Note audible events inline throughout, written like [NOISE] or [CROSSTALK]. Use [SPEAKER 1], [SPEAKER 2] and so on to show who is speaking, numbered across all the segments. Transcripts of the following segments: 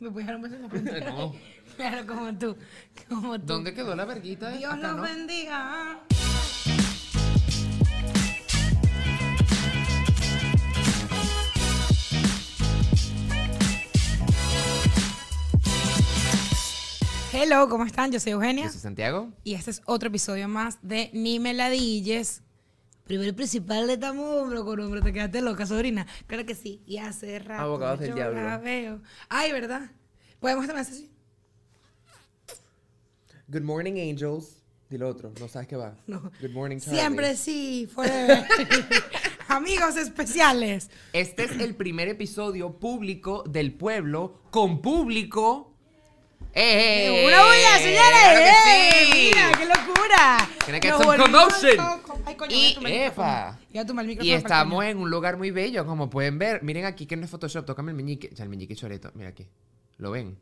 [SPEAKER 1] ¿Me puedes dar un beso en la frente?
[SPEAKER 2] [LAUGHS] No.
[SPEAKER 1] [LAUGHS] Claro, como tú. Como tú.
[SPEAKER 2] ¿Dónde quedó la verguita?
[SPEAKER 1] Dios
[SPEAKER 2] Acá,
[SPEAKER 1] los
[SPEAKER 2] ¿no?
[SPEAKER 1] bendiga. Hello, ¿cómo están? Yo soy Eugenia.
[SPEAKER 2] Yo soy Santiago.
[SPEAKER 1] Y este es otro episodio más de Ni Meladilles. Primer principal de Tamubro, con hombre, te quedaste loca, sobrina. Claro que sí. Y hace rato.
[SPEAKER 3] Abogados del
[SPEAKER 1] yo
[SPEAKER 3] diablo.
[SPEAKER 1] La veo. Ay, ¿verdad? Podemos tomar así.
[SPEAKER 3] Good morning, angels. Dilo otro, no sabes qué va.
[SPEAKER 1] [LAUGHS] No.
[SPEAKER 3] Good morning, Charlie.
[SPEAKER 1] Siempre sí,
[SPEAKER 2] [LAUGHS]
[SPEAKER 1] forever. Amigos especiales.
[SPEAKER 2] Este es el primer episodio público del pueblo con público. ¡Eh!
[SPEAKER 1] ¡Una bulla, señores!
[SPEAKER 2] ¡Claro que
[SPEAKER 1] ¡Eh!
[SPEAKER 2] sí!
[SPEAKER 1] ¡Mira, qué locura!
[SPEAKER 2] Can I get
[SPEAKER 1] Nos
[SPEAKER 2] some
[SPEAKER 1] volvimos
[SPEAKER 2] commotion?
[SPEAKER 1] locos. Ay, coño,
[SPEAKER 2] Y-
[SPEAKER 1] voy a tomar el micrófono.
[SPEAKER 2] ¡Epa!
[SPEAKER 1] Voy a tomar el
[SPEAKER 2] Y
[SPEAKER 1] micrófono para el
[SPEAKER 2] estamos en un lugar muy bello, como pueden ver. Miren aquí que no es Photoshop, tócame el meñique. O sea, el meñique choreto. Mira aquí. ¿Lo ven?
[SPEAKER 1] coño.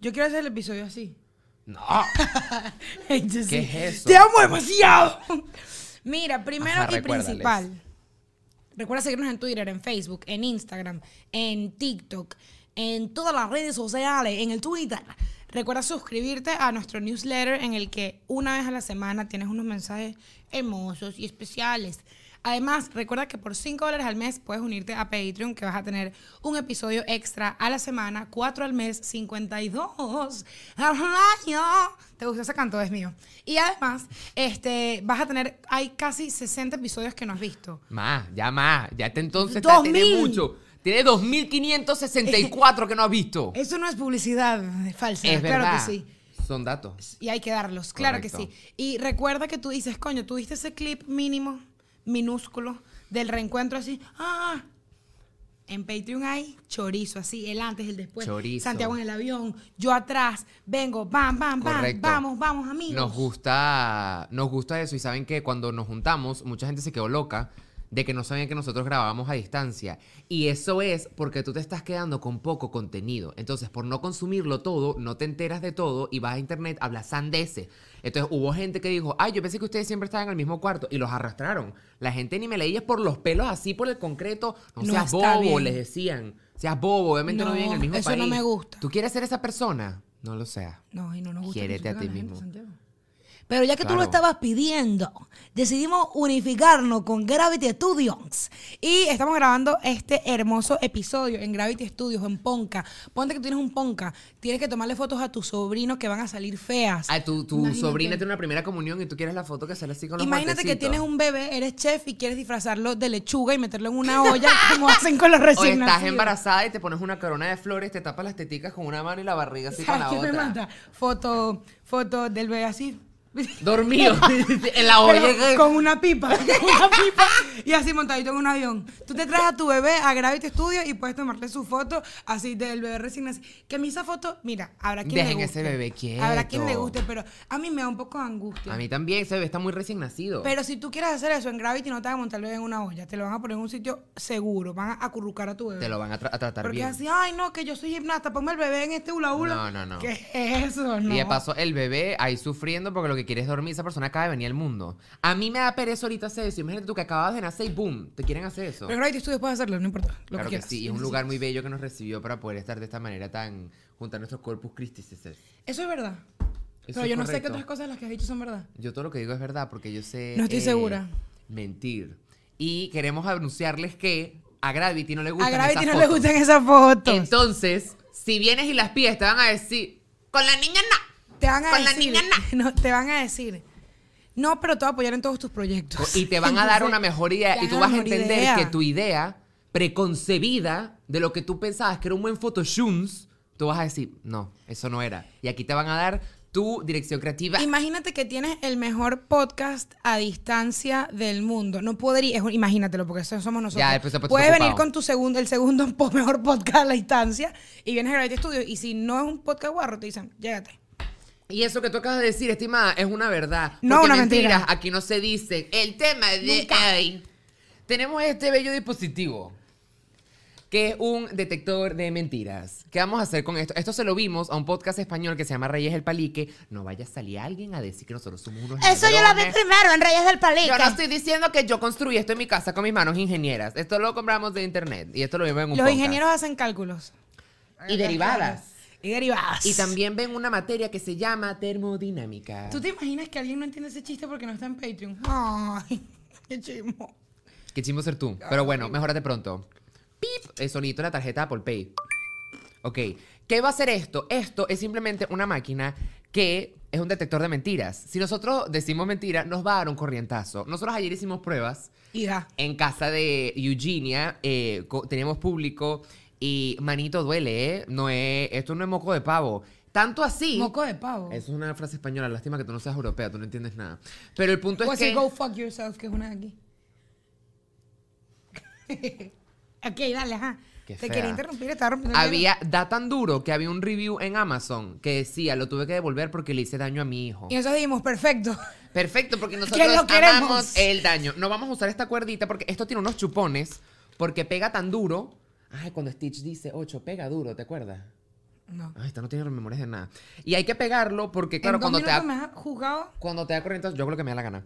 [SPEAKER 1] Yo quiero hacer el episodio así. [LAUGHS]
[SPEAKER 2] No.
[SPEAKER 1] Yo sí.
[SPEAKER 2] es eso?
[SPEAKER 1] ¡Te amo demasiado! Mira, primero
[SPEAKER 2] Ajá,
[SPEAKER 1] y
[SPEAKER 2] recuérdales.
[SPEAKER 1] principal. Recuerda seguirnos en Twitter, en Facebook, en Instagram, en TikTok, en todas las redes sociales, en el Twitter. Recuerda suscribirte a nuestro newsletter en el que una vez a la semana tienes unos mensajes hermosos y especiales. Además, recuerda que por 5 dólares al mes puedes unirte a Patreon, que vas a tener un episodio extra a la semana, 4 al mes, 52 al año. ¿Te gustó ese canto? Es mío. Y además, este, vas a tener, hay casi 60 episodios que no has visto.
[SPEAKER 2] Más, ya más. Ya este entonces
[SPEAKER 1] ¡Dos
[SPEAKER 2] está, tiene
[SPEAKER 1] mil!
[SPEAKER 2] mucho. Tiene 2564 que no has visto.
[SPEAKER 1] Eso no es publicidad eh, falsa.
[SPEAKER 2] Es
[SPEAKER 1] claro
[SPEAKER 2] verdad.
[SPEAKER 1] que sí.
[SPEAKER 2] Son datos.
[SPEAKER 1] Y hay que darlos, claro que
[SPEAKER 2] Correcto.
[SPEAKER 1] sí. Y recuerda que tú dices, coño, tú viste ese clip mínimo, minúsculo, del reencuentro así. ¡Ah! En Patreon hay chorizo, así, el antes, el después.
[SPEAKER 2] Chorizo.
[SPEAKER 1] Santiago en el avión, yo atrás, vengo, bam, bam, bam,
[SPEAKER 2] Correcto.
[SPEAKER 1] vamos, vamos, amigos.
[SPEAKER 2] Nos gusta, nos gusta eso y saben que cuando nos juntamos, mucha gente se quedó loca de que no sabían que nosotros grabábamos a distancia. Y eso es porque tú te estás quedando con poco contenido. Entonces, por no consumirlo todo, no te enteras de todo y vas a internet, hablas sandeces. Entonces, hubo gente que dijo, ay, yo pensé que ustedes siempre estaban en el mismo cuarto y los arrastraron. La gente ni me leía por los pelos así, por el concreto. No,
[SPEAKER 1] No
[SPEAKER 2] seas
[SPEAKER 1] está
[SPEAKER 2] bobo,
[SPEAKER 1] bien.
[SPEAKER 2] les decían. Seas bobo, obviamente no,
[SPEAKER 1] No,
[SPEAKER 2] viven en el mismo
[SPEAKER 1] eso no
[SPEAKER 2] país.
[SPEAKER 1] me gusta.
[SPEAKER 2] ¿Tú quieres ser esa persona? No lo seas.
[SPEAKER 1] No, y no nos gusta.
[SPEAKER 2] Quiérete a
[SPEAKER 1] insultar
[SPEAKER 2] ti
[SPEAKER 1] la gente,
[SPEAKER 2] mismo.
[SPEAKER 1] Santiago. Pero ya que tú lo
[SPEAKER 2] Claro.
[SPEAKER 1] estabas pidiendo, decidimos unificarnos con Gravity Studios. Y estamos grabando este hermoso episodio en Gravity Studios, en Ponca. Ponte que tú tienes un Ponca. Tienes que tomarle fotos a tus sobrinos que van a salir feas.
[SPEAKER 2] Ah, tu, tu
[SPEAKER 1] Imagínate.
[SPEAKER 2] sobrina tiene una primera comunión y tú quieres la foto que sale así con los
[SPEAKER 1] Imagínate que
[SPEAKER 2] guantecitos.
[SPEAKER 1] tienes un bebé, eres chef y quieres disfrazarlo de lechuga y meterlo en una [LAUGHS] olla como hacen con los
[SPEAKER 2] O
[SPEAKER 1] recién
[SPEAKER 2] estás
[SPEAKER 1] nacidos.
[SPEAKER 2] embarazada y te pones una corona de flores, te tapas las teticas con una mano y la barriga así con
[SPEAKER 1] ¿Sabes
[SPEAKER 2] la
[SPEAKER 1] qué me
[SPEAKER 2] otra.
[SPEAKER 1] manda? Foto, foto del bebé así.
[SPEAKER 2] Dormido [LAUGHS] en la
[SPEAKER 1] Pero
[SPEAKER 2] olla.
[SPEAKER 1] con una pipa, [LAUGHS] con una pipa y así montadito en un avión. Tú te traes a tu bebé a Gravity Studio y puedes tomarle su foto así del bebé recién nacido. Que a mí esa foto, mira, habrá quien
[SPEAKER 2] Dejen
[SPEAKER 1] le
[SPEAKER 2] ese
[SPEAKER 1] guste.
[SPEAKER 2] bebé quieto.
[SPEAKER 1] Habrá quien le guste, pero a mí me da un poco de angustia.
[SPEAKER 2] A mí también, ese bebé está muy recién nacido.
[SPEAKER 1] Pero si tú quieres hacer eso en Gravity, no te van a montar el bebé en una olla. Te lo van a poner en un sitio seguro. Van a acurrucar a tu bebé.
[SPEAKER 2] te lo van a, tra- a tratar
[SPEAKER 1] Porque
[SPEAKER 2] bien.
[SPEAKER 1] así, ay, no, que yo soy gimnasta, ponme el bebé en este hula hula.
[SPEAKER 2] No, no, no.
[SPEAKER 1] ¿Qué es eso? No.
[SPEAKER 2] Y de paso, el bebé ahí sufriendo porque lo que quiere es dormir. Esa persona acaba de venir al mundo. A mí me da pereza ahorita hacer eso. Imagínate tú que acabas de nacer y ¡boom! Te quieren hacer eso.
[SPEAKER 1] Pero Gravity Studios puedes hacerlo, no importa. Lo que
[SPEAKER 2] claro que,
[SPEAKER 1] quieras.
[SPEAKER 2] sí. Y es un lugar muy bello que nos recibió para poder estar de esta manera tan... Juntar nuestros corpus Christi.
[SPEAKER 1] Eso es verdad.
[SPEAKER 2] Eso
[SPEAKER 1] Pero
[SPEAKER 2] es
[SPEAKER 1] yo no sé qué
[SPEAKER 2] correcto.
[SPEAKER 1] otras cosas de las que has dicho son verdad.
[SPEAKER 2] Yo todo lo que digo es verdad porque yo sé. eh,
[SPEAKER 1] No estoy segura.
[SPEAKER 2] Mentir. Y queremos anunciarles que a Gravity no le gustan
[SPEAKER 1] A Gravity
[SPEAKER 2] esas
[SPEAKER 1] no le
[SPEAKER 2] fotos.
[SPEAKER 1] gustan esas fotos.
[SPEAKER 2] Entonces, si vienes y las pides, te van a decir: Con la niña no.
[SPEAKER 1] te van a
[SPEAKER 2] con la
[SPEAKER 1] decir,
[SPEAKER 2] niña
[SPEAKER 1] [LAUGHS] no, te van a decir, no, pero te voy a apoyar en todos tus proyectos.
[SPEAKER 2] Y te van a dar
[SPEAKER 1] Entonces,
[SPEAKER 2] una mejor
[SPEAKER 1] te
[SPEAKER 2] idea. Y
[SPEAKER 1] dan
[SPEAKER 2] tú
[SPEAKER 1] la
[SPEAKER 2] vas a
[SPEAKER 1] mejor
[SPEAKER 2] entender
[SPEAKER 1] idea.
[SPEAKER 2] que tu idea preconcebida de lo que tú pensabas que era un buen photoshoot, tú vas a decir: No, eso no era. Y aquí te van a dar tu dirección creativa.
[SPEAKER 1] Imagínate que tienes el mejor podcast a distancia del mundo. No podría, es un- imagínatelo, porque eso somos nosotros.
[SPEAKER 2] Ya, después te pones
[SPEAKER 1] Puedes venir
[SPEAKER 2] ocupado.
[SPEAKER 1] con tu segundo, el segundo [LAUGHS] po- mejor podcast a la distancia y vienes a Gravity Studio. Y si no es un podcast guarro, te dicen, llégate.
[SPEAKER 2] Y eso que tú acabas de decir, estimada, es una verdad.
[SPEAKER 1] No,
[SPEAKER 2] Porque
[SPEAKER 1] una
[SPEAKER 2] mentiras
[SPEAKER 1] mentira.
[SPEAKER 2] Aquí no se dicen. El tema de
[SPEAKER 1] Nunca.
[SPEAKER 2] hoy. Tenemos este bello dispositivo que es un detector de mentiras. ¿Qué vamos a hacer con esto? Esto se lo vimos a un podcast español que se llama Reyes el Palique. No vaya a salir alguien a decir que nosotros somos unos ladrones.
[SPEAKER 1] primero en Reyes del Palique.
[SPEAKER 2] Yo no estoy diciendo que yo construí esto en mi casa con mis manos ingenieras. Esto lo compramos de internet y esto lo vimos en un
[SPEAKER 1] Los
[SPEAKER 2] podcast.
[SPEAKER 1] ingenieros hacen cálculos. Hagan
[SPEAKER 2] y
[SPEAKER 1] las
[SPEAKER 2] derivadas.
[SPEAKER 1] claras. Y derivadas.
[SPEAKER 2] Y también ven una materia que se llama termodinámica.
[SPEAKER 1] ¿Tú te imaginas que alguien no entiende ese chiste porque no está en
[SPEAKER 2] [LAUGHS]
[SPEAKER 1] Patreon? Ay, qué chismo.
[SPEAKER 2] Qué chimbo ser tú. Pero bueno, mejorate pronto. Pip, el sonito de la tarjeta Apple Pay. Ok, ¿qué va a hacer esto? Esto es simplemente una máquina que es un detector de mentiras. Si nosotros decimos mentira, nos va a dar un corrientazo. Nosotros ayer hicimos pruebas
[SPEAKER 1] Hija.
[SPEAKER 2] en casa de Eugenia, eh, co- teníamos público y manito duele, ¿eh? No es, esto no es moco de pavo. Tanto así...
[SPEAKER 1] Moco de pavo.
[SPEAKER 2] Eso es una frase española, lástima que tú no seas europea, tú no entiendes nada. Pero el punto
[SPEAKER 1] O
[SPEAKER 2] es
[SPEAKER 1] así,
[SPEAKER 2] pues que...
[SPEAKER 1] go fuck yourself, que es una de aquí. [LAUGHS] ok, dale, ajá.
[SPEAKER 2] Qué
[SPEAKER 1] te
[SPEAKER 2] fea.
[SPEAKER 1] quería interrumpir, estaba rompiendo el hielo.
[SPEAKER 2] Había, da tan duro que había un review en Amazon que decía, lo tuve que devolver porque le hice daño a mi hijo.
[SPEAKER 1] Y nosotros dijimos, perfecto.
[SPEAKER 2] Perfecto, porque nosotros
[SPEAKER 1] lo queremos.
[SPEAKER 2] amamos el daño. No vamos a usar esta cuerdita porque esto tiene unos chupones, porque pega tan duro. Ay, cuando Stitch dice 8, pega duro, ¿te acuerdas?
[SPEAKER 1] No.
[SPEAKER 2] Ay, esta no tiene memorias de nada. Y hay que pegarlo porque, claro,
[SPEAKER 1] en dos
[SPEAKER 2] cuando te da...
[SPEAKER 1] minutos me has juzgado.
[SPEAKER 2] Cuando te da corrientazo, yo creo que me da la gana.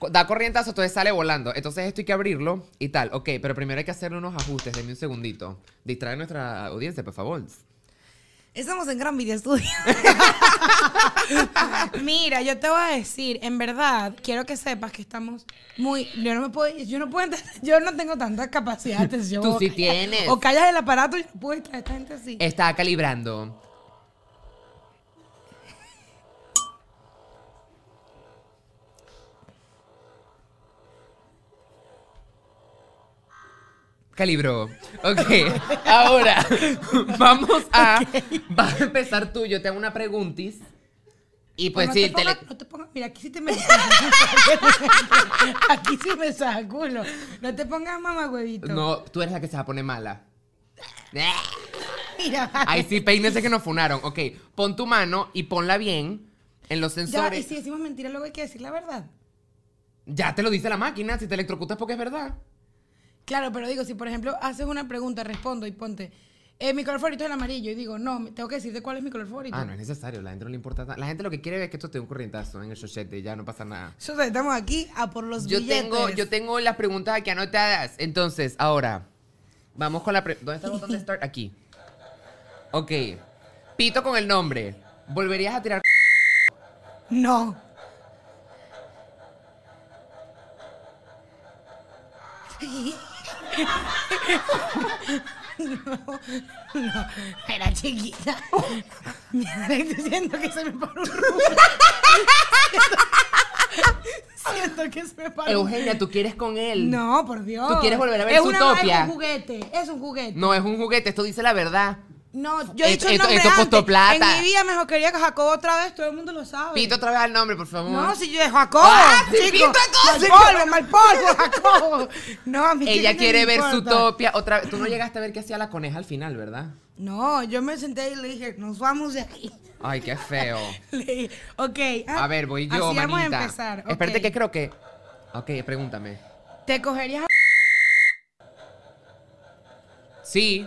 [SPEAKER 2] Cu- Da corrientazo, entonces sale volando. Entonces esto hay que abrirlo y tal. Ok, pero primero hay que hacerle unos ajustes. Denme un segundito. Distrae a nuestra audiencia, por favor.
[SPEAKER 1] Estamos en Gran Video Studio. [LAUGHS] Mira, yo te voy a decir, en verdad, quiero que sepas que estamos muy. Yo no me puedo. Yo no puedo. entender- Yo no tengo tanta capacidad de atención.
[SPEAKER 2] Tú sí tienes. Eh,
[SPEAKER 1] O callas el aparato y no puedo distraer a esta gente así.
[SPEAKER 2] Está calibrando. Calibró. Ok, ahora vamos a... Vas a empezar tú, yo te hago una preguntis. Y pues
[SPEAKER 1] no
[SPEAKER 2] sí,
[SPEAKER 1] te
[SPEAKER 2] te le-
[SPEAKER 1] pongas- no te pongas- mira, aquí sí te me Aquí sí me saca culo. No te pongas mamá huevito.
[SPEAKER 2] No, tú eres la que se va a poner mala.
[SPEAKER 1] Mira,
[SPEAKER 2] Ay, sí, peínese que nos funaron. Ok, pon tu mano y ponla bien en los
[SPEAKER 1] ya,
[SPEAKER 2] sensores.
[SPEAKER 1] y si decimos mentira, luego hay que decir la verdad.
[SPEAKER 2] Ya te lo dice la máquina, si te electrocutas porque es verdad.
[SPEAKER 1] Claro, pero digo, si por ejemplo haces una pregunta, respondo y ponte, eh, mi color favorito es el amarillo, y digo, no, me- tengo que decirte cuál es mi color favorito.
[SPEAKER 2] Ah, no es necesario, la gente no le importa tan- La gente lo que quiere es que esto te dé un corrientazo en el chochete, ya no pasa nada.
[SPEAKER 1] Nosotros estamos aquí a por los
[SPEAKER 2] Yo
[SPEAKER 1] billetes.
[SPEAKER 2] tengo, yo tengo las preguntas aquí anotadas. Entonces, ahora, vamos con la pre- ¿Dónde está el botón de start? Aquí. Ok. Pito con el nombre. ¿Volverías a tirar
[SPEAKER 1] No. [LAUGHS] No, no, era chiquita. Mira, le estoy diciendo que se me paró un rubro. [LAUGHS] Siento, siento que se me paró un
[SPEAKER 2] Eugenia, tú quieres con él.
[SPEAKER 1] No, por Dios.
[SPEAKER 2] Mm. ¿Tú quieres volver a ver
[SPEAKER 1] es
[SPEAKER 2] Zootopia?
[SPEAKER 1] una- Es un juguete, es un juguete.
[SPEAKER 2] No, es un juguete, esto dice la verdad.
[SPEAKER 1] No, yo he
[SPEAKER 2] Esto-
[SPEAKER 1] dicho el
[SPEAKER 2] esto-
[SPEAKER 1] nombre
[SPEAKER 2] esto costó
[SPEAKER 1] antes.
[SPEAKER 2] plata.
[SPEAKER 1] En mi vida me joquería que Jacobo otra vez, todo el mundo lo sabe.
[SPEAKER 2] Pito otra vez al nombre, por favor.
[SPEAKER 1] No, si yo es Jacobo.
[SPEAKER 2] Ah,
[SPEAKER 1] chico,
[SPEAKER 2] sí, pinta cosa,
[SPEAKER 1] mal
[SPEAKER 2] sí.
[SPEAKER 1] polvo, mal
[SPEAKER 2] [LAUGHS]
[SPEAKER 1] polvo, Jacobo. No, a mí
[SPEAKER 2] Ella
[SPEAKER 1] no me
[SPEAKER 2] quiere ver su
[SPEAKER 1] importa.
[SPEAKER 2] topia otra vez. Tú no llegaste a ver qué hacía la coneja al final, ¿verdad?
[SPEAKER 1] No, yo me senté y le dije, nos vamos de aquí.
[SPEAKER 2] Ay, qué feo.
[SPEAKER 1] [LAUGHS] Le dije, ok. ah,
[SPEAKER 2] A ver, voy yo,
[SPEAKER 1] así vamos a
[SPEAKER 2] manita.
[SPEAKER 1] empezar. ok.
[SPEAKER 2] Espérate que creo que... Ok, pregúntame.
[SPEAKER 1] ¿Te cogerías a...
[SPEAKER 2] Sí.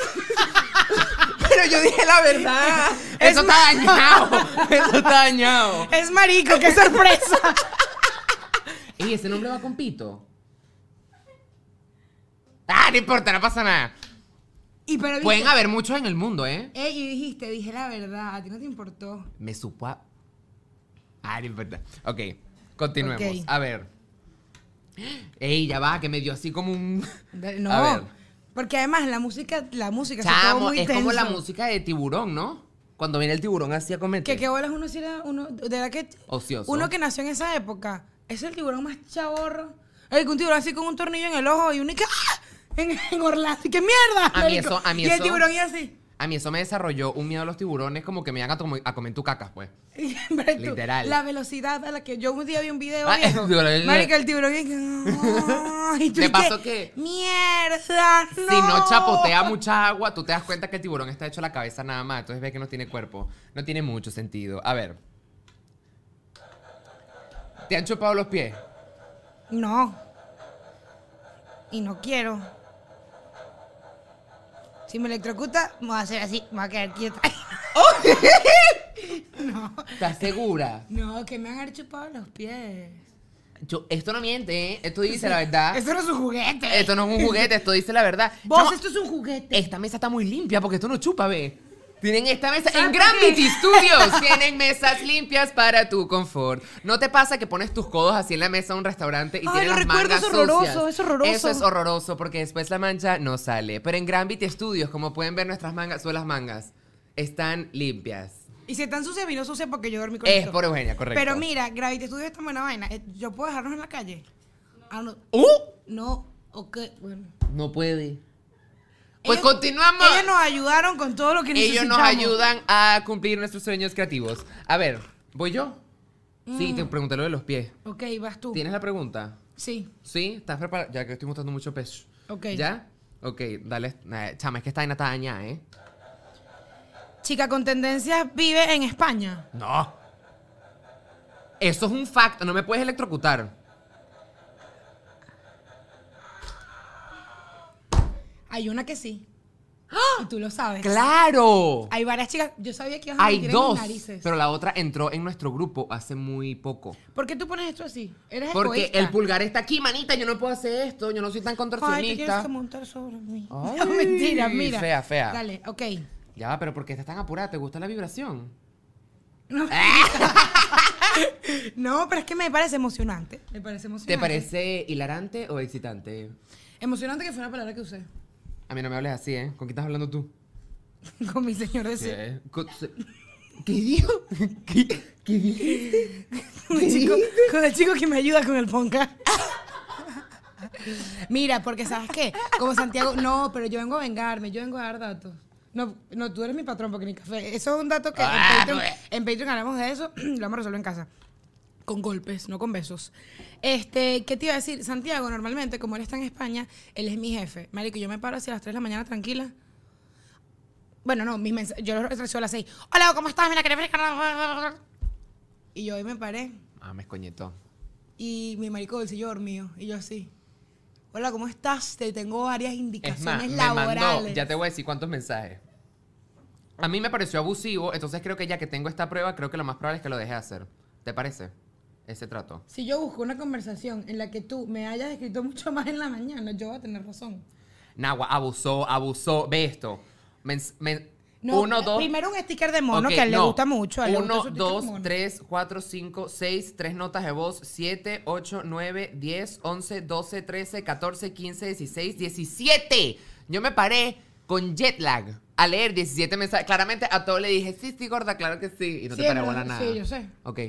[SPEAKER 2] ¡Ay, puta! [LAUGHS] Pero yo dije la verdad.
[SPEAKER 1] [LAUGHS] Es
[SPEAKER 2] Eso
[SPEAKER 1] [LAUGHS]
[SPEAKER 2] está dañado. Eso está dañado.
[SPEAKER 1] Es marico, qué sorpresa. [LAUGHS]
[SPEAKER 2] ¿Y ese nombre va con pito? Ah, no importa, no pasa nada.
[SPEAKER 1] y pero viste,
[SPEAKER 2] Pueden haber muchos en el mundo, ¿eh?
[SPEAKER 1] Ey, y dijiste, dije la verdad, a ti no te importó.
[SPEAKER 2] Me supo a... Ah, no importa. Ok, continuemos.
[SPEAKER 1] Ok.
[SPEAKER 2] A ver. Ey, ya va, que me dio así como un...
[SPEAKER 1] De- No.
[SPEAKER 2] A ver.
[SPEAKER 1] Porque además la música, la música se
[SPEAKER 2] [LAUGHS]
[SPEAKER 1] estuvo
[SPEAKER 2] Chamo,
[SPEAKER 1] muy
[SPEAKER 2] es como la
[SPEAKER 1] tenso.
[SPEAKER 2] música de tiburón, ¿no? Cuando viene el tiburón así a comer.
[SPEAKER 1] Que qué bolas uno si era uno, de verdad que
[SPEAKER 2] Ocioso.
[SPEAKER 1] uno que nació en esa época, es el tiburón más chaborro. Ey, que un tiburón así con un tornillo en el ojo y uno y que ¡ah! en, en Orlando, y qué mierda.
[SPEAKER 2] A mí
[SPEAKER 1] marico!
[SPEAKER 2] eso- a mí
[SPEAKER 1] y el
[SPEAKER 2] eso-
[SPEAKER 1] tiburón y así. [LAUGHS]
[SPEAKER 2] A mí eso me desarrolló un miedo a los tiburones como que me iban a, tomo- a comer tu caca, pues.
[SPEAKER 1] Pero tú,
[SPEAKER 2] Literal.
[SPEAKER 1] La velocidad a la que yo un día vi un video
[SPEAKER 2] Ah,
[SPEAKER 1] viejo.
[SPEAKER 2] [LAUGHS] el tiburón-
[SPEAKER 1] Marica, el tiburón y que, [LAUGHS] y tú
[SPEAKER 2] ¿Te
[SPEAKER 1] y que,
[SPEAKER 2] pasó que-
[SPEAKER 1] mierda, no.
[SPEAKER 2] Si no chapotea mucha agua, tú te das cuenta que el tiburón está hecho la cabeza nada más. Entonces ves que no tiene cuerpo. No tiene mucho sentido. A ver. ¿Te han chupado los pies?
[SPEAKER 1] No. Y no quiero. Si me electrocuta, me voy a hacer así, me voy a quedar quieta. [LAUGHS] no.
[SPEAKER 2] ¿Estás segura?
[SPEAKER 1] No, que me han chupado los pies.
[SPEAKER 2] Yo- esto no miente, ¿eh? esto dice la verdad.
[SPEAKER 1] Eso no es un juguete.
[SPEAKER 2] Esto no es un juguete, esto dice la verdad.
[SPEAKER 1] Vos,
[SPEAKER 2] Chamo,
[SPEAKER 1] esto es un juguete.
[SPEAKER 2] esta mesa está muy limpia porque esto no chupa, ve. Tienen esta mesa
[SPEAKER 1] ¿Sabes
[SPEAKER 2] en
[SPEAKER 1] por
[SPEAKER 2] Gravity
[SPEAKER 1] qué? [LAUGHS]
[SPEAKER 2] Studios. Tienen mesas limpias para tu confort. ¿No te pasa que pones tus codos así en la mesa de un restaurante y
[SPEAKER 1] Ay,
[SPEAKER 2] tienes
[SPEAKER 1] lo
[SPEAKER 2] las
[SPEAKER 1] recuerdo,
[SPEAKER 2] mangas
[SPEAKER 1] es horroroso,
[SPEAKER 2] sucias?
[SPEAKER 1] es horroroso.
[SPEAKER 2] Eso es horroroso porque después la mancha no sale. Pero en Gravity Studios, como pueden ver nuestras mangas, son las mangas están limpias.
[SPEAKER 1] Y si están sucias, vino sucia porque yo dormí con
[SPEAKER 2] Es
[SPEAKER 1] esto.
[SPEAKER 2] por Eugenia, correcto.
[SPEAKER 1] Pero mira, Gravity Studio es tan buena vaina. Eh, ¿Yo puedo dejarnos en la calle? Ah, no.
[SPEAKER 2] ¡Uh!
[SPEAKER 1] No, ok, bueno.
[SPEAKER 2] No puede. Pues
[SPEAKER 1] Ellos-
[SPEAKER 2] continuamos.
[SPEAKER 1] Ellos nos ayudaron con todo lo que
[SPEAKER 2] Ellos
[SPEAKER 1] necesitamos.
[SPEAKER 2] nos ayudan a cumplir nuestros sueños creativos. A ver, ¿voy yo?
[SPEAKER 1] Mm.
[SPEAKER 2] Sí, te pregunté lo de los pies.
[SPEAKER 1] Ok, vas tú.
[SPEAKER 2] ¿Tienes la pregunta?
[SPEAKER 1] Sí.
[SPEAKER 2] ¿Sí? ¿Estás preparado? Ya que estoy mostrando mucho peso.
[SPEAKER 1] Ok.
[SPEAKER 2] ¿Ya? Ok, dale. nah, Chama, es que está en dañada, ¿eh?
[SPEAKER 1] Chica con tendencias vive en España.
[SPEAKER 2] No. Eso es un fact. No me puedes electrocutar.
[SPEAKER 1] Hay una que sí. Y tú lo sabes.
[SPEAKER 2] ¡Ah! ¡Claro!
[SPEAKER 1] Hay varias chicas. Yo sabía que ibas a
[SPEAKER 2] Hay
[SPEAKER 1] mentir en mis
[SPEAKER 2] dos.
[SPEAKER 1] narices.
[SPEAKER 2] Pero la otra entró en nuestro grupo hace muy poco.
[SPEAKER 1] ¿Por qué tú pones esto así? Eres
[SPEAKER 2] Porque
[SPEAKER 1] egoísta.
[SPEAKER 2] el pulgar está aquí, manita. Yo no puedo hacer esto. Yo no soy tan
[SPEAKER 1] Ay, te tienes
[SPEAKER 2] contorsionista.
[SPEAKER 1] que montar sobre mí. [LAUGHS]
[SPEAKER 2] Ay,
[SPEAKER 1] no, mentira, mira.
[SPEAKER 2] fea, fea.
[SPEAKER 1] Dale,
[SPEAKER 2] [LAUGHS]
[SPEAKER 1] ok.
[SPEAKER 2] Ya va, pero porque estás tan apurada? ¿Te gusta la vibración?
[SPEAKER 1] No, No, pero es que me parece emocionante. Me parece emocionante.
[SPEAKER 2] Ah. ¿Te parece hilarante o excitante?
[SPEAKER 1] Emocionante que fue una palabra que usé. [LAUGHS]
[SPEAKER 2] A mí no me hables así, ¿eh? ¿Con quién estás hablando tú?
[SPEAKER 1] Con mi señor de sí.
[SPEAKER 2] Co- se- ¿Qué dijo? [LAUGHS] ¿Qué, qué dijiste?
[SPEAKER 1] [LAUGHS] Con el chico- con el chico que me ayuda con el ponca. [LAUGHS] Mira, porque ¿sabes qué? Como Santiago, no, pero yo vengo a vengarme, yo vengo a dar datos. No, no, tú eres mi patrón porque ni café. Eso es un dato que en
[SPEAKER 2] Ah,
[SPEAKER 1] Patreon-
[SPEAKER 2] pues.
[SPEAKER 1] en Patreon hablamos de eso, [CLEARS THROAT] lo vamos a resolver en casa. Con golpes, no con besos. Este, ¿qué te iba a decir? Santiago, normalmente, como él está en España, él es mi jefe. Marico, yo me paro hacia las 3 de la mañana tranquila. Bueno, no, mis mensajes, yo los recibo a las 6. Hola, ¿cómo estás? Mira, quería ver- Y yo hoy me paré.
[SPEAKER 2] Ah, me escoñetó.
[SPEAKER 1] Y mi marico del señor mío. Y yo así. Hola, ¿cómo estás? Te tengo varias
[SPEAKER 2] Es
[SPEAKER 1] indicaciones
[SPEAKER 2] más, me
[SPEAKER 1] laborales.
[SPEAKER 2] mandó, ya te voy a decir cuántos mensajes. A mí me pareció abusivo, entonces creo que ya que tengo esta prueba, creo que lo más probable es que lo deje de hacer. ¿Te parece? Ese trato.
[SPEAKER 1] Si yo busco una conversación en la que tú me hayas escrito mucho más en la mañana, yo voy a tener razón.
[SPEAKER 2] Nagua, abusó, abusó. Ve esto. Mens- men-
[SPEAKER 1] No,
[SPEAKER 2] uno, dos.
[SPEAKER 1] Primero un sticker de mono
[SPEAKER 2] Ok,
[SPEAKER 1] que a él le
[SPEAKER 2] no.
[SPEAKER 1] gusta mucho. a él le gusta
[SPEAKER 2] Uno,
[SPEAKER 1] su sticker de
[SPEAKER 2] dos,
[SPEAKER 1] mono.
[SPEAKER 2] tres, cuatro, cinco, seis, tres notas de voz, siete, ocho, nueve, diez, once, doce, trece, catorce, quince, dieciséis, diecisiete. Yo me paré con jet lag a leer 17 mensajes. Claramente a todo le dije, sí, sí, gorda, claro que sí. Y no
[SPEAKER 1] Sí,
[SPEAKER 2] te paré
[SPEAKER 1] en
[SPEAKER 2] bola
[SPEAKER 1] verdad,
[SPEAKER 2] nada.
[SPEAKER 1] sí, yo sé.
[SPEAKER 2] Ok.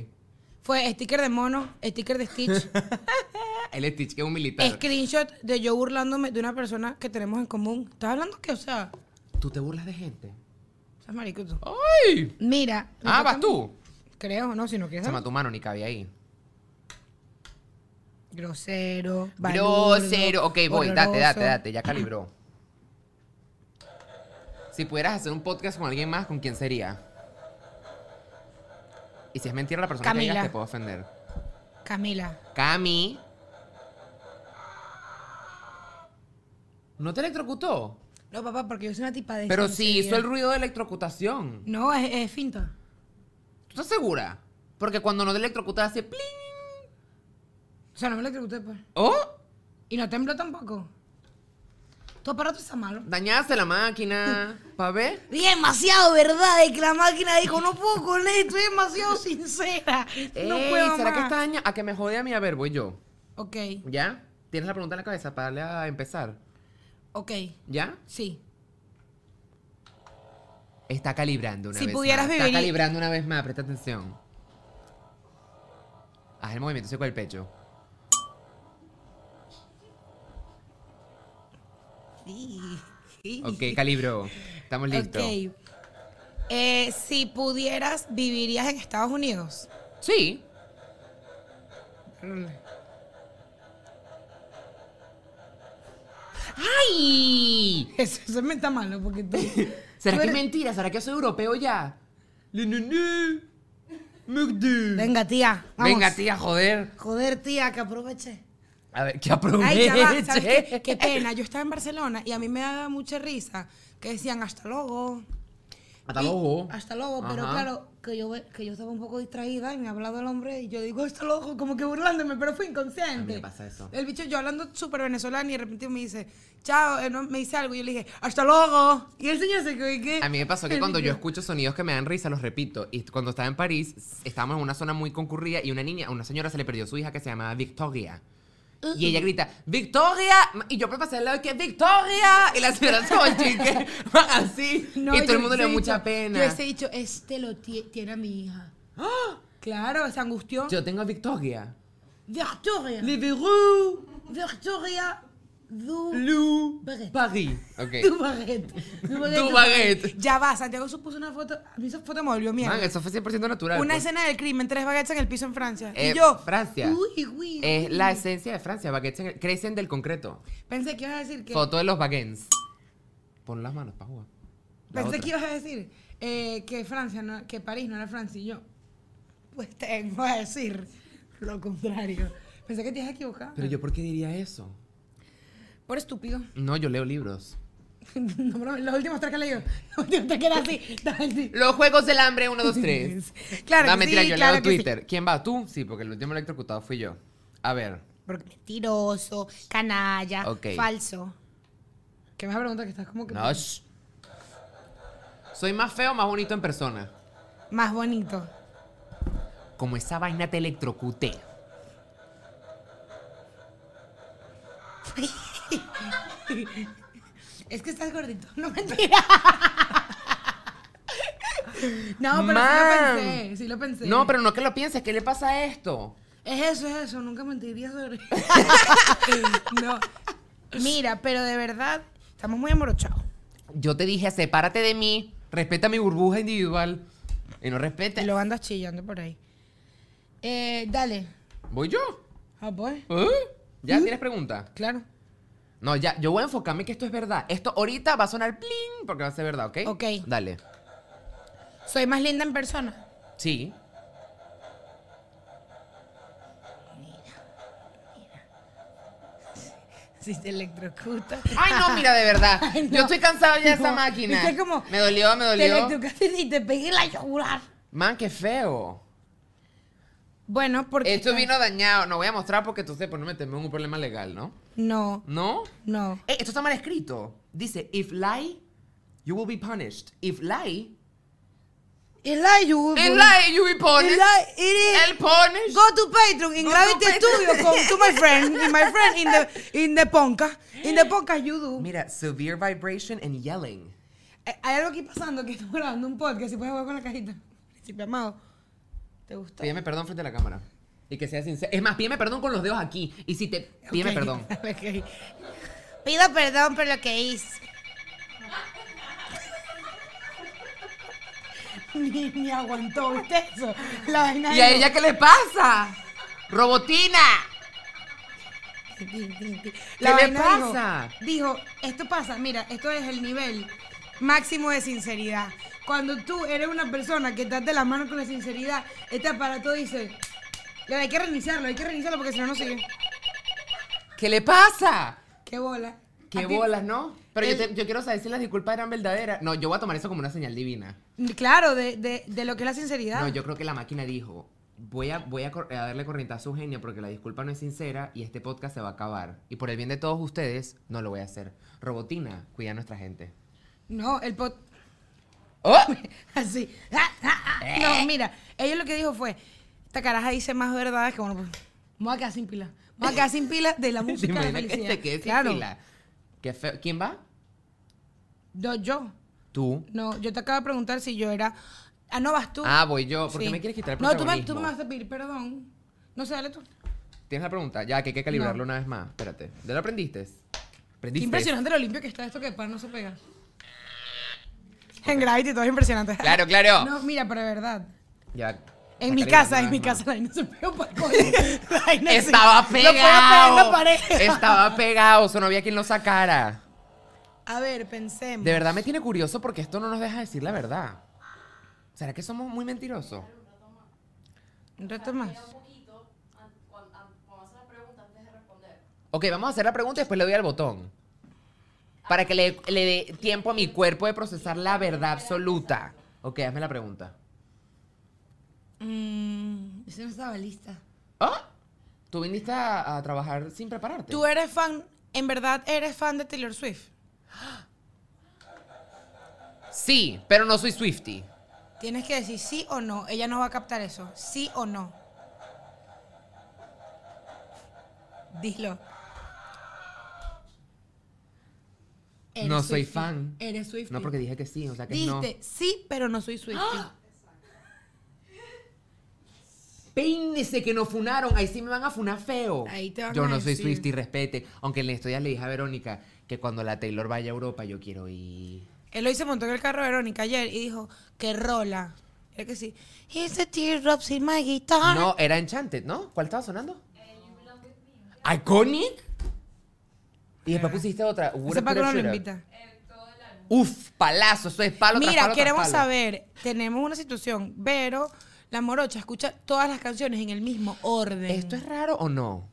[SPEAKER 1] Fue sticker de mono, sticker de Stitch,
[SPEAKER 2] [LAUGHS] El Stitch, que es un militar.
[SPEAKER 1] screenshot de yo burlándome de una persona que tenemos en común. ¿Estás hablando que, o sea,
[SPEAKER 2] Tú te burlas de gente.
[SPEAKER 1] estás marico tú?
[SPEAKER 2] ¡Ay!
[SPEAKER 1] Mira. me toca
[SPEAKER 2] Ah,
[SPEAKER 1] a
[SPEAKER 2] vas
[SPEAKER 1] mí.
[SPEAKER 2] tú.
[SPEAKER 1] Creo, no, si no quieres.
[SPEAKER 2] Chama, tu mano ni cabía ahí.
[SPEAKER 1] Grosero, balurdo,
[SPEAKER 2] Grosero. Ok, voy, date,
[SPEAKER 1] horroroso.
[SPEAKER 2] date, date, ya calibró. Si pudieras hacer un podcast con alguien más, ¿con quién sería? Y si es mentira la persona que digas,
[SPEAKER 1] Camila.
[SPEAKER 2] te puedo ofender.
[SPEAKER 1] Camila.
[SPEAKER 2] Cami. ¿No te electrocutó?
[SPEAKER 1] No, papá, porque yo soy una tipa de
[SPEAKER 2] Pero sí
[SPEAKER 1] sinceridad.
[SPEAKER 2] hizo el ruido de electrocutación.
[SPEAKER 1] No, es, es finta.
[SPEAKER 2] ¿Tú estás segura? Porque cuando no te electrocutas hace pling.
[SPEAKER 1] O sea, no me lo electrocuté, pues.
[SPEAKER 2] ¡Oh!
[SPEAKER 1] Y no tembló tampoco. Tu aparato está malo.
[SPEAKER 2] Dañaste
[SPEAKER 1] [LAUGHS]
[SPEAKER 2] la máquina. ¿Pa' ver?
[SPEAKER 1] Demasiado, ¿verdad? De que la máquina dijo, no puedo con esto, es demasiado sincera. No
[SPEAKER 2] Ey,
[SPEAKER 1] puedo
[SPEAKER 2] ¿Será que
[SPEAKER 1] más.
[SPEAKER 2] está daña? A que me jode a mí. A ver, voy yo.
[SPEAKER 1] Ok,
[SPEAKER 2] ¿Ya? ¿Tienes la pregunta en la cabeza para darle a empezar?
[SPEAKER 1] ok,
[SPEAKER 2] ¿Ya?
[SPEAKER 1] sí.
[SPEAKER 2] Está calibrando una
[SPEAKER 1] Si
[SPEAKER 2] vez
[SPEAKER 1] pudieras
[SPEAKER 2] más.
[SPEAKER 1] vivir-
[SPEAKER 2] Está calibrando una vez más, presta atención. Haz el movimiento ese con el pecho.
[SPEAKER 1] Sí.
[SPEAKER 2] Ok, calibró. Estamos listos.
[SPEAKER 1] Ok. Eh, si pudieras, ¿vivirías en Estados Unidos?
[SPEAKER 2] Sí. Mm. ¡Ay!
[SPEAKER 1] [LAUGHS] Eso, eso me está malo porque tú...
[SPEAKER 2] [LAUGHS] ¿Será
[SPEAKER 1] tú
[SPEAKER 2] que
[SPEAKER 1] eres-
[SPEAKER 2] es mentira? ¿Será que soy europeo ya? Le, ne, ne. Merde.
[SPEAKER 1] Venga, tía. vamos.
[SPEAKER 2] Venga, tía, joder.
[SPEAKER 1] Joder, tía, que aproveche.
[SPEAKER 2] A ver, que aproveche.
[SPEAKER 1] Ay, ya
[SPEAKER 2] [LAUGHS]
[SPEAKER 1] va, ¿sabes qué? Qué pena. Yo estaba en Barcelona y a mí me daba mucha risa que decían hasta luego.
[SPEAKER 2] Hasta
[SPEAKER 1] Y-
[SPEAKER 2] luego.
[SPEAKER 1] Hasta luego, pero
[SPEAKER 2] Ajá.
[SPEAKER 1] claro, que yo, ve- que yo estaba un poco distraída y me ha hablado el hombre y yo digo, está loco, como que burlándome, pero fue
[SPEAKER 2] A mí
[SPEAKER 1] inconsciente.
[SPEAKER 2] me pasa eso.
[SPEAKER 1] El bicho, yo hablando súper venezolano y de repente me dice, chao, eh, no, me dice algo y yo le dije, hasta luego. Y el señor se quedó y que...
[SPEAKER 2] A mí me
[SPEAKER 1] [LAUGHS]
[SPEAKER 2] pasó que
[SPEAKER 1] el
[SPEAKER 2] cuando yo
[SPEAKER 1] bicho-
[SPEAKER 2] escucho sonidos que me dan risa, los repito. Y cuando estaba en París, s- estábamos en una zona muy concurrida y una niña, una señora se le perdió su hija que se llamaba Victoria. Y ella grita, ¡Victoria! Y yo me pasé al lado y que, ¡Victoria! Y la señora se volteó y que, [LAUGHS] así.
[SPEAKER 1] No,
[SPEAKER 2] y todo
[SPEAKER 1] yo
[SPEAKER 2] el mundo le
[SPEAKER 1] hubiese
[SPEAKER 2] dio mucha
[SPEAKER 1] dicho-
[SPEAKER 2] pena.
[SPEAKER 1] Yo he dicho, este lo tie- tiene a mi
[SPEAKER 2] [GASPS]
[SPEAKER 1] hija. Claro, se angustió.
[SPEAKER 2] Yo tengo a Victoria.
[SPEAKER 1] Victoria.
[SPEAKER 2] Le Verrou,
[SPEAKER 1] Victoria. Du.
[SPEAKER 2] Lou,
[SPEAKER 1] Baguette.
[SPEAKER 2] Paris. Ok.
[SPEAKER 1] Du baguette. Du
[SPEAKER 2] Du
[SPEAKER 1] du
[SPEAKER 2] baguette.
[SPEAKER 1] Ya va, Santiago supuso una foto. A mí esa foto me volvió mierda.
[SPEAKER 2] Man, eso fue 100% natural.
[SPEAKER 1] Una
[SPEAKER 2] pues.
[SPEAKER 1] escena del crimen, tres baguettes en el piso en Francia.
[SPEAKER 2] Eh,
[SPEAKER 1] y yo.
[SPEAKER 2] Francia.
[SPEAKER 1] Uy, uy.
[SPEAKER 2] Es
[SPEAKER 1] uy.
[SPEAKER 2] la esencia de Francia. baguettes en el- crecen del concreto.
[SPEAKER 1] Pensé que ibas a decir que.
[SPEAKER 2] Foto de los baguettes. Pon las manos, pa' jugar. La
[SPEAKER 1] Pensé
[SPEAKER 2] otra.
[SPEAKER 1] que ibas a decir eh, que Francia, no, que París no era Francia y yo. Pues tengo a decir lo contrario. Pensé que te ibas a equivocar.
[SPEAKER 2] Pero yo, ¿por qué diría eso?
[SPEAKER 1] Por estúpido. [LAUGHS]
[SPEAKER 2] No, yo leo libros.
[SPEAKER 1] No, pero los últimos tres que he [LAUGHS] leído. Los últimos tres que era así. [LAUGHS] estaba así.
[SPEAKER 2] Los juegos del hambre, 1, 2, 3.
[SPEAKER 1] [LAUGHS] Claro
[SPEAKER 2] No,
[SPEAKER 1] que
[SPEAKER 2] mentira,
[SPEAKER 1] sí,
[SPEAKER 2] yo
[SPEAKER 1] claro
[SPEAKER 2] leo
[SPEAKER 1] que sí.
[SPEAKER 2] Twitter. ¿Quién va? ¿Tú? Sí, porque el último electrocutado fui yo. A ver.
[SPEAKER 1] Porque mentiroso, canalla,
[SPEAKER 2] Ok.
[SPEAKER 1] falso. ¿Qué me vas a preguntar? Que estás como que.
[SPEAKER 2] No, shh. Soy más feo, más bonito en persona.
[SPEAKER 1] Más bonito.
[SPEAKER 2] Como esa vaina te electrocuté.
[SPEAKER 1] Es que estás gordito. [LAUGHS] No mentira. no, pero sí
[SPEAKER 2] Man.
[SPEAKER 1] lo pensé. Sí lo pensé.
[SPEAKER 2] No, pero no que lo pienses. ¿Qué le pasa a esto?
[SPEAKER 1] Es eso, es eso, nunca mentiría
[SPEAKER 2] [LAUGHS]
[SPEAKER 1] sobre [LAUGHS] No. Mira, pero de verdad, estamos muy amorochados.
[SPEAKER 2] Yo te dije, sepárate de mí. Respeta mi burbuja individual. Y no respeta.
[SPEAKER 1] Y lo andas chillando por ahí. Eh, dale.
[SPEAKER 2] ¿Voy yo?
[SPEAKER 1] Ah, pues.
[SPEAKER 2] ¿Eh? ¿Ya tienes pregunta?
[SPEAKER 1] Claro.
[SPEAKER 2] No, ya, yo voy a enfocarme que esto es verdad. Esto ahorita va a sonar pling porque va a ser verdad, ¿ok?
[SPEAKER 1] Ok.
[SPEAKER 2] Dale.
[SPEAKER 1] Soy más linda en [LAUGHS] persona.
[SPEAKER 2] Sí.
[SPEAKER 1] Si te electrocuta.
[SPEAKER 2] Ay, no, mira, de verdad. [LAUGHS]
[SPEAKER 1] Ay, no.
[SPEAKER 2] Yo estoy cansado ya de esa
[SPEAKER 1] No.
[SPEAKER 2] máquina.
[SPEAKER 1] Viste como-
[SPEAKER 2] me dolió, me
[SPEAKER 1] [LAUGHS] Te
[SPEAKER 2] dolió.
[SPEAKER 1] electrocaste y te pegué la yugular.
[SPEAKER 2] Man, qué feo.
[SPEAKER 1] Bueno, porque.
[SPEAKER 2] Esto vino dañado. No voy a mostrar porque entonces pues, no metemos en un problema legal, ¿no?
[SPEAKER 1] No,
[SPEAKER 2] ¿No?
[SPEAKER 1] no.
[SPEAKER 2] Eh, esto está mal escrito. Dice, if lie, you will be punished. If lie,
[SPEAKER 1] Y la yugular.
[SPEAKER 2] if lie, you will be punished.
[SPEAKER 1] Y la- it is-
[SPEAKER 2] El punish.
[SPEAKER 1] Go to Patreon in
[SPEAKER 2] Go to
[SPEAKER 1] Gravity
[SPEAKER 2] Patreon.
[SPEAKER 1] Studio con to my friend, [LAUGHS] in my friend in the in the podcast, in the podcast you do.
[SPEAKER 2] Mira, severe vibration and yelling.
[SPEAKER 1] Eh, Hay algo aquí pasando que estamos grabando un podcast si puedes jugar con la cajita. Principio amado. ¿Te gustó?
[SPEAKER 2] Pídeme perdón frente a la cámara. Y que sea sincero. Es más, pídeme perdón con los dedos aquí. Y si te. Pídeme
[SPEAKER 1] Ok, [LAUGHS]
[SPEAKER 2] perdón.
[SPEAKER 1] ok. Pido perdón por lo que hice. [LAUGHS] ni, ni aguantó ¿viste eso. La vaina
[SPEAKER 2] ¿Y a
[SPEAKER 1] de-
[SPEAKER 2] ella qué le pasa? ¡Robotina!
[SPEAKER 1] La
[SPEAKER 2] ¿Qué le
[SPEAKER 1] vaina dijo-
[SPEAKER 2] pasa?
[SPEAKER 1] Dijo, esto pasa, mira, esto es el nivel máximo de sinceridad. Cuando tú eres una persona que estás de la mano con la sinceridad, este aparato dice, "Ya, hay que reiniciarlo, hay que reiniciarlo porque si no, no sigue.
[SPEAKER 2] ¿Qué le pasa?
[SPEAKER 1] Qué bola.
[SPEAKER 2] ¡Qué
[SPEAKER 1] A ti-
[SPEAKER 2] bolas, ¿no? Pero yo,
[SPEAKER 1] El-
[SPEAKER 2] te- yo quiero saber si las disculpas eran verdaderas. No, yo voy a tomar eso como una señal divina.
[SPEAKER 1] Claro, de, de- de lo que es la sinceridad.
[SPEAKER 2] No, yo creo que la máquina dijo: Voy a, voy a, cor- a darle corriente a su genio porque la disculpa no es sincera y este podcast se va a acabar. Y por el bien de todos ustedes, no lo voy a hacer. Robotina, cuida a nuestra gente.
[SPEAKER 1] No, el pot... [LAUGHS]
[SPEAKER 2] ¡Oh! [LAUGHS]
[SPEAKER 1] Así. Ah, ah, ah.
[SPEAKER 2] Eh.
[SPEAKER 1] No, mira, ella lo que dijo fue, esta caraja dice más verdades que bueno, pues, me voy a quedar sin pila. Me voy a quedar sin pila de
[SPEAKER 2] [LAUGHS]
[SPEAKER 1] la
[SPEAKER 2] ¿Te
[SPEAKER 1] música. a la
[SPEAKER 2] imaginas que
[SPEAKER 1] felicidad.
[SPEAKER 2] te quedes sin
[SPEAKER 1] Claro.
[SPEAKER 2] pila? Qué feo. ¿Quién va?
[SPEAKER 1] No, yo.
[SPEAKER 2] Tú.
[SPEAKER 1] No, yo te acabo de preguntar si yo era. Ah, no vas tú.
[SPEAKER 2] Ah, voy yo. ¿Por qué
[SPEAKER 1] Sí.
[SPEAKER 2] me quieres quitar el
[SPEAKER 1] No, tú
[SPEAKER 2] protagonismo?
[SPEAKER 1] me, tú me vas a pedir perdón. No sé, dale tú.
[SPEAKER 2] Tienes la pregunta. Ya, que hay que calibrarlo
[SPEAKER 1] No.
[SPEAKER 2] una vez más. Espérate. ¿Ya lo aprendiste?
[SPEAKER 1] Qué
[SPEAKER 2] ¿Aprendiste?
[SPEAKER 1] impresionante lo limpio que está esto que después no se pega. En Gravity todo es impresionante.
[SPEAKER 2] Claro, claro.
[SPEAKER 1] No, mira, pero de verdad.
[SPEAKER 2] Ya.
[SPEAKER 1] En
[SPEAKER 2] ya
[SPEAKER 1] mi
[SPEAKER 2] calibrarlo
[SPEAKER 1] casa,
[SPEAKER 2] una
[SPEAKER 1] en
[SPEAKER 2] vez
[SPEAKER 1] mi
[SPEAKER 2] más.
[SPEAKER 1] casa la vaina se pegó para el coño. [LAUGHS] La vaina sí.
[SPEAKER 2] Estaba
[SPEAKER 1] Lo puedo pegar en la
[SPEAKER 2] pegado.
[SPEAKER 1] pared. [LAUGHS]
[SPEAKER 2] Estaba pegado. Eso no había quien lo sacara.
[SPEAKER 1] A ver, pensemos.
[SPEAKER 2] De verdad me tiene curioso porque esto no nos deja decir la verdad. ¿Será que somos muy mentirosos?
[SPEAKER 1] Un rato más.
[SPEAKER 2] Ok, vamos a hacer la pregunta y después le doy al botón. Para que le, le dé tiempo a mi cuerpo de procesar la verdad absoluta. Ok, hazme la pregunta.
[SPEAKER 1] Mm, ese no estaba lista.
[SPEAKER 2] ¿Ah? Tú viniste a, a trabajar sin prepararte.
[SPEAKER 1] Tú eres fan, en verdad eres fan de Taylor Swift.
[SPEAKER 2] Sí, pero no soy Swifty.
[SPEAKER 1] Tienes que decir sí o no. Ella no va a captar eso. Sí o no. Dilo. Eres
[SPEAKER 2] No soy
[SPEAKER 1] Swiftie.
[SPEAKER 2] fan.
[SPEAKER 1] Eres Swiftie.
[SPEAKER 2] No, porque dije que sí, o sea que no.
[SPEAKER 1] Dijiste sí, pero no soy [GASPS] Swiftie. Ah.
[SPEAKER 2] Peínese que no funaron, ahí sí me van a funar feo.
[SPEAKER 1] Ahí te van
[SPEAKER 2] yo
[SPEAKER 1] a
[SPEAKER 2] no soy
[SPEAKER 1] decir.
[SPEAKER 2] Swifty, respete. Aunque en la historia le dije a Verónica que cuando la Taylor vaya a Europa yo quiero ir.
[SPEAKER 1] Él hoy se montó en el carro de Verónica ayer y dijo que rola. Era que sí. Here's the teardrops in my guitar.
[SPEAKER 2] No, era Enchanted, ¿no? ¿Cuál estaba sonando? Iconic. Y después pusiste otra. What
[SPEAKER 1] Ese
[SPEAKER 2] a
[SPEAKER 1] Paco
[SPEAKER 2] Pure
[SPEAKER 1] no lo
[SPEAKER 2] Shooter.
[SPEAKER 1] invita.
[SPEAKER 2] Uf, palazo, eso es palo. tras
[SPEAKER 1] Mira,
[SPEAKER 2] palo, tras
[SPEAKER 1] queremos
[SPEAKER 2] palo.
[SPEAKER 1] saber, tenemos una situación, pero la morocha escucha todas las canciones en el mismo orden.
[SPEAKER 2] ¿Esto es raro o no?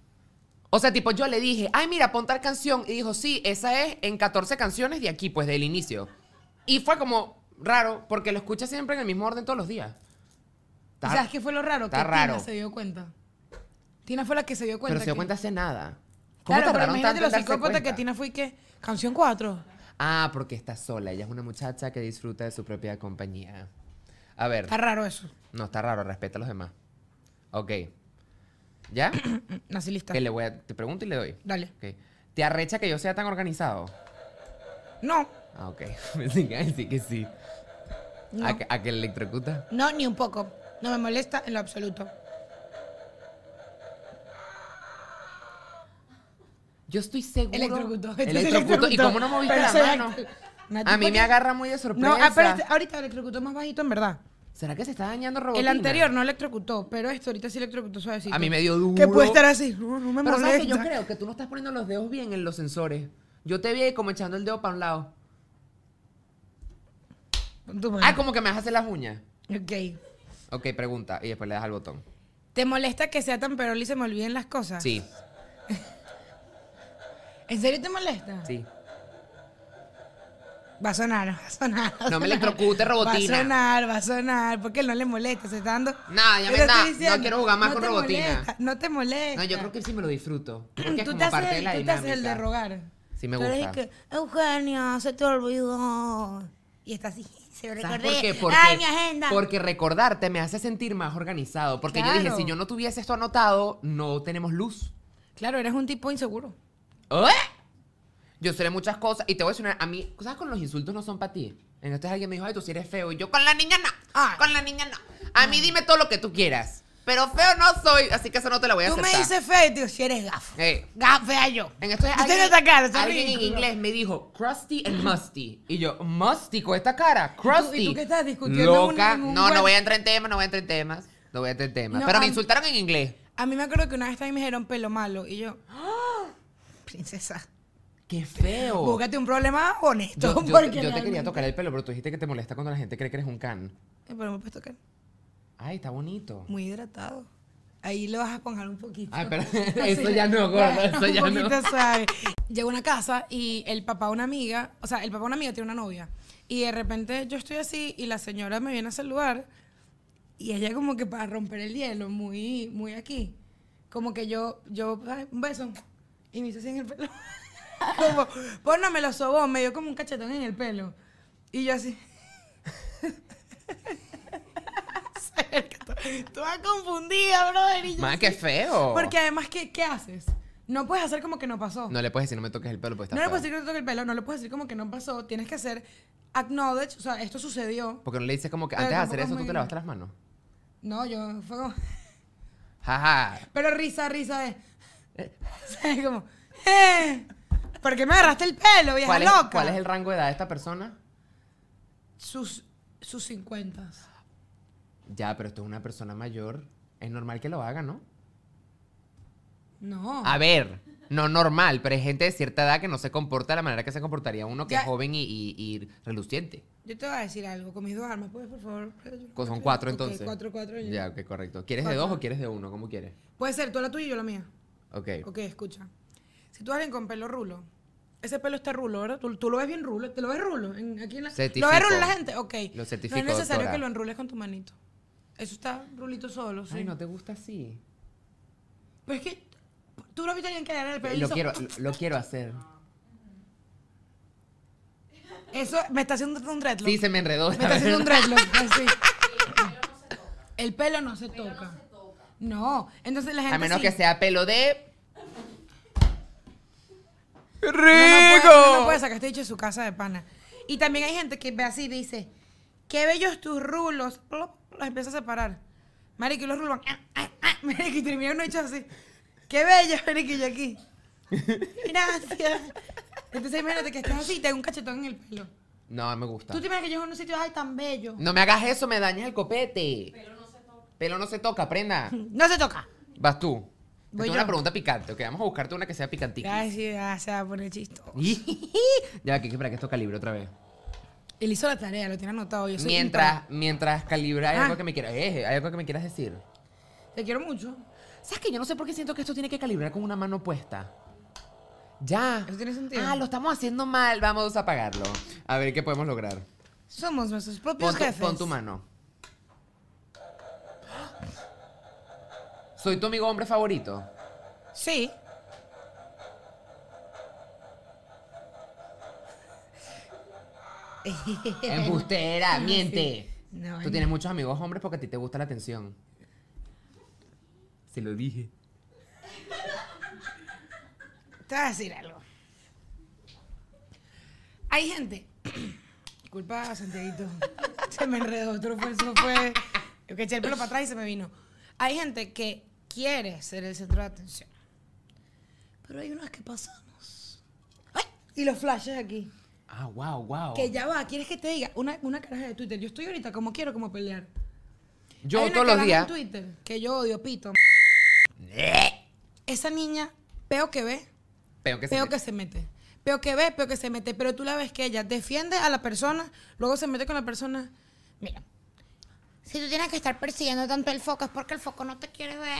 [SPEAKER 2] O sea, tipo, yo le dije, ay, mira, pon tal canción. Y dijo, sí, esa es en 14 canciones de aquí, pues, del inicio. Y fue como raro, porque lo escucha siempre en el mismo orden todos los días. Está-
[SPEAKER 1] ¿Sabes qué fue lo raro?
[SPEAKER 2] está
[SPEAKER 1] que Tina
[SPEAKER 2] raro.
[SPEAKER 1] se dio cuenta. Tina fue la que se dio cuenta.
[SPEAKER 2] pero se dio
[SPEAKER 1] que-
[SPEAKER 2] cuenta hace nada. ¿Cómo
[SPEAKER 1] Claro, pero
[SPEAKER 2] tardaron
[SPEAKER 1] imagínate
[SPEAKER 2] tanto en
[SPEAKER 1] los
[SPEAKER 2] darse
[SPEAKER 1] psicópatas que
[SPEAKER 2] cuenta?
[SPEAKER 1] Tina fue que. Canción 4.
[SPEAKER 2] Ah, porque está sola. Ella es una muchacha que disfruta de su propia compañía. A ver,
[SPEAKER 1] Está raro eso.
[SPEAKER 2] no, está raro, respeta a los demás. Ok.
[SPEAKER 1] [COUGHS]
[SPEAKER 2] ¿Ya?
[SPEAKER 1] Mm, Nací lista.
[SPEAKER 2] que le voy a, te pregunto y le doy.
[SPEAKER 1] Dale.
[SPEAKER 2] Ok. ¿Te arrecha que yo sea tan organizado?
[SPEAKER 1] No,
[SPEAKER 2] Ah, ok. [LAUGHS] Pensé que iba a decir que sí.
[SPEAKER 1] no.
[SPEAKER 2] ¿A, que, a que electrocuta?
[SPEAKER 1] No, ni un poco. No me molesta en lo absoluto.
[SPEAKER 2] Yo estoy seguro.
[SPEAKER 1] Electrocutó. Este se
[SPEAKER 2] Electrocutó. ¿Y
[SPEAKER 1] electrocutó.
[SPEAKER 2] cómo no moviste
[SPEAKER 1] Pero
[SPEAKER 2] la
[SPEAKER 1] soy
[SPEAKER 2] mano?
[SPEAKER 1] actor- Una
[SPEAKER 2] A mí
[SPEAKER 1] tipa
[SPEAKER 2] me
[SPEAKER 1] que-
[SPEAKER 2] agarra muy de
[SPEAKER 1] No,
[SPEAKER 2] sorpresa.
[SPEAKER 1] ah, pero este- ahorita electrocutó más bajito, en verdad.
[SPEAKER 2] ¿Será que se está dañando Robotina?
[SPEAKER 1] El anterior no electrocutó, pero este ahorita sí electrocutó suavecito.
[SPEAKER 2] A mí me dio duro.
[SPEAKER 1] Que puede estar así. No, no me
[SPEAKER 2] Pero
[SPEAKER 1] molesta.
[SPEAKER 2] sabes que yo creo que tú no estás poniendo los dedos bien en los sensores. Yo te vi como echando el dedo para un lado.
[SPEAKER 1] Pon tu mano.
[SPEAKER 2] Ah, como que me vas a hacer las uñas.
[SPEAKER 1] Ok.
[SPEAKER 2] Ok, pregunta. Y después le das al botón.
[SPEAKER 1] ¿Te molesta que sea tan perol y se me olviden las cosas?
[SPEAKER 2] Sí,
[SPEAKER 1] ¿En serio te molesta?
[SPEAKER 2] sí.
[SPEAKER 1] Va a sonar, va a sonar. va a
[SPEAKER 2] No me
[SPEAKER 1] sonar.
[SPEAKER 2] electrocute, robotina.
[SPEAKER 1] Va a sonar, va a sonar. Porque él no le molesta, se está dando.
[SPEAKER 2] No, ya
[SPEAKER 1] Yo
[SPEAKER 2] me-
[SPEAKER 1] le
[SPEAKER 2] no,
[SPEAKER 1] estoy
[SPEAKER 2] no quiero jugar más con
[SPEAKER 1] te
[SPEAKER 2] robotina.
[SPEAKER 1] molesta, no te molesta.
[SPEAKER 2] No, yo creo que sí me lo disfruto. Porque es
[SPEAKER 1] tú
[SPEAKER 2] como
[SPEAKER 1] te haces,
[SPEAKER 2] parte de la
[SPEAKER 1] tú te haces el de
[SPEAKER 2] dinámica.
[SPEAKER 1] rogar.
[SPEAKER 2] Sí, me
[SPEAKER 1] Tú eres
[SPEAKER 2] gusta.
[SPEAKER 1] el que, Eugenia, se te olvidó. Y está así. [LAUGHS] Se lo
[SPEAKER 2] ¿Sabes
[SPEAKER 1] recordé.
[SPEAKER 2] por qué? Porque,
[SPEAKER 1] Ay, mi agenda.
[SPEAKER 2] porque recordarte me hace sentir más organizado. Porque yo dije,
[SPEAKER 1] Claro.
[SPEAKER 2] si yo no tuviese esto anotado, no tenemos luz.
[SPEAKER 1] Claro, eres un tipo inseguro.
[SPEAKER 2] ¿Eh? Yo seré muchas cosas. Y te voy a decir una, a mí, ¿sabes con los insultos no son para ti? Entonces alguien me dijo, ay, tú sí eres feo. Y yo, con la niña no.
[SPEAKER 1] Ah.
[SPEAKER 2] Con la niña no. A mí dime todo lo que tú quieras. Pero feo no soy, así que eso no te la voy a
[SPEAKER 1] Tú
[SPEAKER 2] aceptar.
[SPEAKER 1] me dices feo y te digo, si eres gafo.
[SPEAKER 2] Eh,
[SPEAKER 1] Gafo, fea yo.
[SPEAKER 2] en esto es
[SPEAKER 1] Tú
[SPEAKER 2] alguien,
[SPEAKER 1] tienes esta cara, eso es
[SPEAKER 2] alguien en
[SPEAKER 1] ridículo.
[SPEAKER 2] inglés me dijo crusty and musty. Y yo, musty con esta cara, crusty.
[SPEAKER 1] y tú qué estás discutiendo un-
[SPEAKER 2] Loca.
[SPEAKER 1] en un
[SPEAKER 2] no,
[SPEAKER 1] web?
[SPEAKER 2] no voy a entrar en temas, no voy a entrar en temas. No voy a entrar en temas.
[SPEAKER 1] No,
[SPEAKER 2] Pero
[SPEAKER 1] a
[SPEAKER 2] me
[SPEAKER 1] mí-
[SPEAKER 2] insultaron en inglés.
[SPEAKER 1] A mí me acuerdo que una vez también me dijeron pelo malo y yo, "Ah, princesa,
[SPEAKER 2] Qué feo.
[SPEAKER 1] búscate un problema honesto.
[SPEAKER 2] Oh. Yo, yo-
[SPEAKER 1] porque
[SPEAKER 2] yo te quería
[SPEAKER 1] realmente-
[SPEAKER 2] tocar el pelo, pero tú dijiste que te molesta cuando la gente cree que eres un can.
[SPEAKER 1] Eh, Pero me puedes tocar.
[SPEAKER 2] Ay, está bonito.
[SPEAKER 1] Muy hidratado. Ahí lo vas a esponjar un poquito.
[SPEAKER 2] Ay, Ah,
[SPEAKER 1] [LAUGHS]
[SPEAKER 2] pero
[SPEAKER 1] Así,
[SPEAKER 2] eso ya no, gordo, eso ya
[SPEAKER 1] un
[SPEAKER 2] no.
[SPEAKER 1] poquito suave. Llego a una casa y el papá de una amiga, o sea, el papá de una amiga tiene una novia. Y de repente yo estoy así y la señora me viene a saludar y ella como que para romper el hielo, muy, muy aquí. Como que yo, yo, ay, un beso. Y me hizo así en el pelo. como, pues no me lo sobó, me dio como un cachetón en el pelo. Y yo así. [LAUGHS] Acércate. Tú vas confundida, brother. y yo
[SPEAKER 2] Más que feo.
[SPEAKER 1] porque además, ¿qué, qué haces? No puedes hacer como que no pasó. No,
[SPEAKER 2] No le puedes decir, no me toques el pelo, pues está
[SPEAKER 1] le
[SPEAKER 2] feo.
[SPEAKER 1] puedes decir que no te toque el pelo, no le puedes decir como que no pasó. Tienes que hacer acknowledge, o sea, esto sucedió.
[SPEAKER 2] Porque no le dices como que
[SPEAKER 1] Pero
[SPEAKER 2] antes de
[SPEAKER 1] tampoco
[SPEAKER 2] hacer
[SPEAKER 1] es
[SPEAKER 2] eso,
[SPEAKER 1] muy
[SPEAKER 2] tú te
[SPEAKER 1] grande.
[SPEAKER 2] lavaste las manos.
[SPEAKER 1] No, yo fue como...
[SPEAKER 2] Jaja.
[SPEAKER 1] Pero risa, risa de... [LAUGHS] ¿Sabes? Como... Eh, ¿Por qué me agarraste el pelo, vieja
[SPEAKER 2] ¿Cuál es,
[SPEAKER 1] loca?
[SPEAKER 2] ¿Cuál es el rango de edad de esta persona?
[SPEAKER 1] Sus, sus 50.
[SPEAKER 2] Ya, pero esto es una persona mayor. Es normal que lo haga, ¿no?
[SPEAKER 1] No.
[SPEAKER 2] A ver, no normal, pero hay gente de cierta edad que no se comporta de la manera que se comportaría uno que
[SPEAKER 1] Ya.
[SPEAKER 2] es joven y, y- y reluciente.
[SPEAKER 1] Yo te voy a decir algo. Con mis dos armas, ¿puedes, por favor?
[SPEAKER 2] Co- Son cuatro
[SPEAKER 1] Ok,
[SPEAKER 2] entonces.
[SPEAKER 1] cuatro, cuatro. yo-
[SPEAKER 2] Ya, ok, correcto. ¿Quieres de
[SPEAKER 1] Cuatro.
[SPEAKER 2] dos o quieres de uno? ¿Cómo quieres?
[SPEAKER 1] Puede ser tú la tuya y yo la mía.
[SPEAKER 2] Ok.
[SPEAKER 1] Ok, escucha. Si tú alguien con pelo rulo, ese pelo está rulo, ¿verdad? Tú, tú lo ves bien rulo, te lo ves rulo. en- aquí en la, ¿Lo
[SPEAKER 2] Certifico.
[SPEAKER 1] ves rulo la gente? Ok.
[SPEAKER 2] Lo certifico,
[SPEAKER 1] No es necesario
[SPEAKER 2] doctora.
[SPEAKER 1] que lo enrules con tu manito. Eso está Rulito solo, sí.
[SPEAKER 2] Ay, no te gusta así.
[SPEAKER 1] Pero es que tú lo has visto a alguien que le agarra el pelo y
[SPEAKER 2] Eh, Lo
[SPEAKER 1] hizo-
[SPEAKER 2] quiero, lo, lo quiero hacer.
[SPEAKER 1] Eso me está haciendo un dreadlock.
[SPEAKER 2] Sí, se me enredó.
[SPEAKER 1] Me está
[SPEAKER 2] [LAUGHS]
[SPEAKER 1] haciendo un dreadlock, así. El pelo no se toca. No, entonces la gente
[SPEAKER 2] A menos
[SPEAKER 1] sí.
[SPEAKER 2] que sea pelo de.
[SPEAKER 1] No, no puede, no, no puede sacar este dicho de su casa de pana. Y también hay gente que ve así y dice, qué bellos tus rulos. Plop, Los empieza a separar. Marico, y los rulos van, ah, ah, ah. [LAUGHS] Marico, y termina uno hecho así. Qué bello, [LAUGHS] marico, y yo aquí. Gracias. Entonces imagínate que estás así y te da un cachetón en el pelo.
[SPEAKER 2] No, me gusta.
[SPEAKER 1] Tú te imaginas que yo en un sitio, ay, tan bello.
[SPEAKER 2] No me hagas eso, me dañas el copete. Pelo no se toca. Pelo no se toca, prenda.
[SPEAKER 1] No se toca.
[SPEAKER 2] Vas tú. Te
[SPEAKER 1] Voy
[SPEAKER 2] tengo
[SPEAKER 1] yo.
[SPEAKER 2] una pregunta picante, ok. Vamos a buscarte una que sea picantica.
[SPEAKER 1] Ay, sí, ah, se va a poner chistoso.
[SPEAKER 2] [LAUGHS] ya, que para que esto calibre otra vez.
[SPEAKER 1] Él hizo la tarea, lo tiene anotado. Yo soy
[SPEAKER 2] Mientras, mientras calibra, hay
[SPEAKER 1] Ah.
[SPEAKER 2] algo que me quieras. eh, hay algo que me quieras decir.
[SPEAKER 1] impar. Te quiero mucho.
[SPEAKER 2] ¿Sabes que yo no sé por qué siento que esto tiene que calibrar con una mano puesta? Ya.
[SPEAKER 1] Eso tiene sentido.
[SPEAKER 2] Ah, lo estamos haciendo mal. Vamos a apagarlo. A ver qué podemos lograr.
[SPEAKER 1] Somos nuestros propios
[SPEAKER 2] Pon tu,
[SPEAKER 1] jefes.
[SPEAKER 2] pon tu mano. Soy tu amigo hombre favorito.
[SPEAKER 1] Sí.
[SPEAKER 2] Embustera, miente.
[SPEAKER 1] No,
[SPEAKER 2] Tú tienes muchos amigos hombres porque a ti te gusta la atención. Se lo dije.
[SPEAKER 1] Te voy a decir algo. Hay gente. [COUGHS] Disculpa, Santiaguito. [LAUGHS] se me enredó. Otro fue, eso fue. Yo que eché el pelo para atrás y se me vino. Hay gente que quiere ser el centro de atención. Pero hay unas que pasamos. ¡Ay! Y los flashes aquí.
[SPEAKER 2] Ah, wow, wow.
[SPEAKER 1] Que ya va, ¿quieres que te diga? Una, una caraja de Twitter. Yo estoy ahorita como quiero, como pelear. Hay
[SPEAKER 2] Yo
[SPEAKER 1] una
[SPEAKER 2] todos los
[SPEAKER 1] caraja
[SPEAKER 2] días. Eh.
[SPEAKER 1] en Twitter que yo odio, pito. Esa niña, peo que ve,
[SPEAKER 2] Pero que se
[SPEAKER 1] peo
[SPEAKER 2] me-
[SPEAKER 1] que se mete. Peo que ve, peo que se mete. Pero tú la ves que ella defiende a la persona, luego se mete con la persona. Mira, si tú tienes que estar persiguiendo tanto el foco es porque el foco no te quiere ver.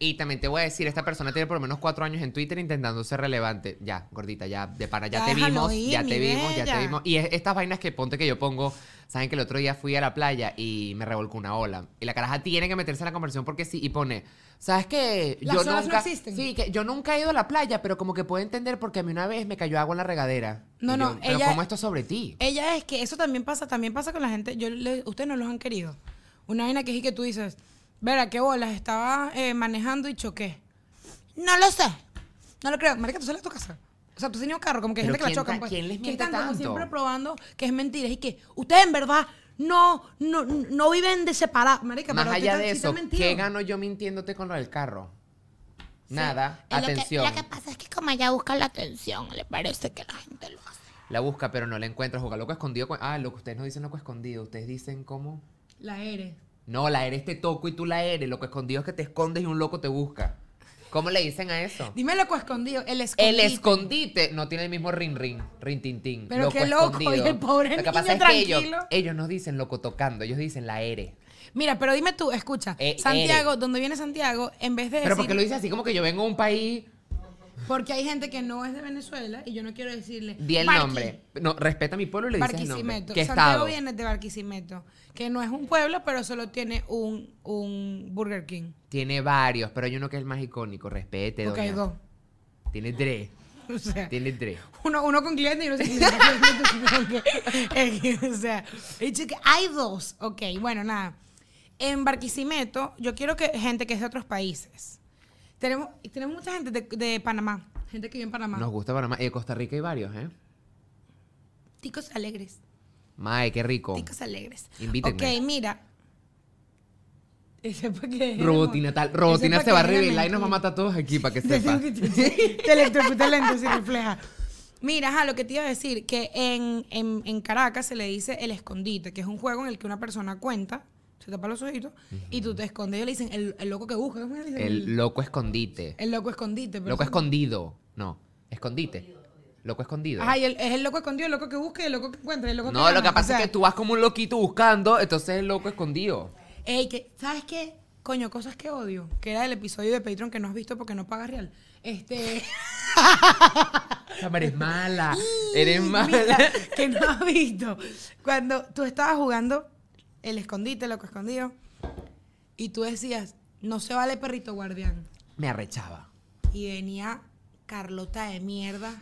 [SPEAKER 2] Y también te voy a decir, esta persona tiene por lo menos cuatro años en Twitter intentando ser relevante. Ya, gordita, ya, de para, ya,
[SPEAKER 1] Ya
[SPEAKER 2] te
[SPEAKER 1] déjalo
[SPEAKER 2] vimos,
[SPEAKER 1] ir,
[SPEAKER 2] ya
[SPEAKER 1] mi
[SPEAKER 2] te vimos, ya
[SPEAKER 1] bella.
[SPEAKER 2] te vimos. Y es- estas vainas que ponte que yo pongo, saben que el otro día fui a la playa y me revolcó una ola. Y la caraja tiene que meterse en la conversación porque sí, y pone, ¿sabes qué?
[SPEAKER 1] Las olas no existen.
[SPEAKER 2] Sí, que yo nunca he ido a la playa, pero como que puedo entender porque a mí una vez me cayó agua en la regadera.
[SPEAKER 1] No,
[SPEAKER 2] Y
[SPEAKER 1] no,
[SPEAKER 2] yo, Pero
[SPEAKER 1] ella-
[SPEAKER 2] ¿cómo esto es sobre ti?
[SPEAKER 1] Ella es que eso también pasa, también pasa con la gente. Yo le- ustedes no los han querido. Una vaina que es y que tú dices, verá, qué bolas, estaba eh, manejando y choqué. No lo sé. No lo creo. Marica, tú sales de tu casa. O sea, tú tienes un carro, como que hay
[SPEAKER 2] Pero
[SPEAKER 1] gente que la
[SPEAKER 2] ¿quién
[SPEAKER 1] chocan.
[SPEAKER 2] ta-
[SPEAKER 1] Pues,
[SPEAKER 2] quién les
[SPEAKER 1] que
[SPEAKER 2] miente
[SPEAKER 1] están como
[SPEAKER 2] tanto?
[SPEAKER 1] siempre probando que es mentira. Y que ustedes en verdad no, no, no viven de separado. Marica,
[SPEAKER 2] Más
[SPEAKER 1] pero tú
[SPEAKER 2] allá
[SPEAKER 1] estás-
[SPEAKER 2] de
[SPEAKER 1] sí te
[SPEAKER 2] eso,
[SPEAKER 1] han mentido.
[SPEAKER 2] ¿qué gano yo mintiéndote con lo del carro? Nada,
[SPEAKER 4] Y lo que-
[SPEAKER 2] atención.
[SPEAKER 4] Lo que, pasa es que como ella busca la atención, le parece que la gente lo hace.
[SPEAKER 2] La busca, pero no la encuentra. Juega loco escondido. con- Ah, lo que ustedes no dicen loco escondido. Ustedes dicen cómo.
[SPEAKER 1] La eres.
[SPEAKER 2] No, la eres te toco y tú la eres. Loco escondido es que te escondes y un loco te busca. ¿Cómo le dicen a eso?
[SPEAKER 1] Dime loco escondido. El escondido.
[SPEAKER 2] El escondite no tiene el mismo ring ring, rin tin tin.
[SPEAKER 1] Pero qué loco, y el pobre
[SPEAKER 2] Lo que
[SPEAKER 1] niño
[SPEAKER 2] pasa es que ellos,
[SPEAKER 1] tranquilo.
[SPEAKER 2] ellos no dicen loco tocando, ellos dicen la eres.
[SPEAKER 1] Mira, pero dime tú, escucha.
[SPEAKER 2] Eh,
[SPEAKER 1] Santiago, donde viene Santiago, en vez de
[SPEAKER 2] Pero
[SPEAKER 1] decir-
[SPEAKER 2] porque lo dice así como que yo vengo a un país,
[SPEAKER 1] Porque hay gente que no es de Venezuela y yo no quiero decirle.
[SPEAKER 2] di el
[SPEAKER 1] Barqui-
[SPEAKER 2] nombre. No, respeta a mi pueblo y le dices el nombre.
[SPEAKER 1] Barquisimeto.
[SPEAKER 2] ¿Qué
[SPEAKER 1] Santiago
[SPEAKER 2] estado?
[SPEAKER 1] viene de Barquisimeto, que no es un pueblo, pero solo tiene un, un Burger King.
[SPEAKER 2] Tiene varios, pero hay uno que es el más icónico. Respete,
[SPEAKER 1] Porque hay
[SPEAKER 2] doña.
[SPEAKER 1] dos. [LAUGHS]
[SPEAKER 2] Tiene tres.
[SPEAKER 1] O sea,
[SPEAKER 2] Tiene tres.
[SPEAKER 1] uno, uno con cliente [LAUGHS] y uno sin cliente. Es que, [LAUGHS] o sea, y chica, hay dos. Ok, bueno, nada. En Barquisimeto, yo quiero que gente que es de otros países. Tenemos, y tenemos mucha gente de, de Panamá. Gente que vive en Panamá.
[SPEAKER 2] Nos gusta Panamá. Eh, Costa Rica hay varios, ¿eh?
[SPEAKER 1] Ticos alegres.
[SPEAKER 2] Mae, qué rico.
[SPEAKER 1] Ticos alegres.
[SPEAKER 2] Invítenme.
[SPEAKER 1] Ok, mira. Ese pa' que-
[SPEAKER 2] Robotina tal.
[SPEAKER 1] Ese
[SPEAKER 2] Robotina
[SPEAKER 1] pa'
[SPEAKER 2] se va a
[SPEAKER 1] que era
[SPEAKER 2] revelar y nos va
[SPEAKER 1] mentira.
[SPEAKER 2] a matar a todos aquí para que
[SPEAKER 1] Te
[SPEAKER 2] sepa.
[SPEAKER 1] digo que te- te electrocuta el lente, se refleja. Mira, ajá, lo que te iba a decir, que en, en- en Caracas se le dice el escondite, que es un juego en el que una persona cuenta, se tapa los ojitos, y tú te escondes. Ellos le dicen el, el loco que busca. ¿cómo le dicen?
[SPEAKER 2] El loco escondite.
[SPEAKER 1] el loco escondite. pero
[SPEAKER 2] Loco
[SPEAKER 1] eso-
[SPEAKER 2] escondido. No, escondite. Loco escondido.
[SPEAKER 1] Ajá, y el- es el loco escondido, el loco que busca y el loco que encuentra. y El loco
[SPEAKER 2] No, lo
[SPEAKER 1] gana,
[SPEAKER 2] que
[SPEAKER 1] o
[SPEAKER 2] pasa es
[SPEAKER 1] sea,
[SPEAKER 2] que tú vas como un loquito buscando, entonces es el loco escondido.
[SPEAKER 1] Ey, que, ¿sabes qué? Coño, cosas que odio, que era el episodio de Patreon que no has visto porque no pagas real. Este,
[SPEAKER 2] Cámara, eres mala. Eres
[SPEAKER 1] mira,
[SPEAKER 2] mala.
[SPEAKER 1] [LAUGHS] que no has visto. Cuando tú estabas jugando el escondite, loco escondido, y tú decías, no se vale perrito guardián.
[SPEAKER 2] Me arrechaba.
[SPEAKER 1] Y venía Carlota de mierda.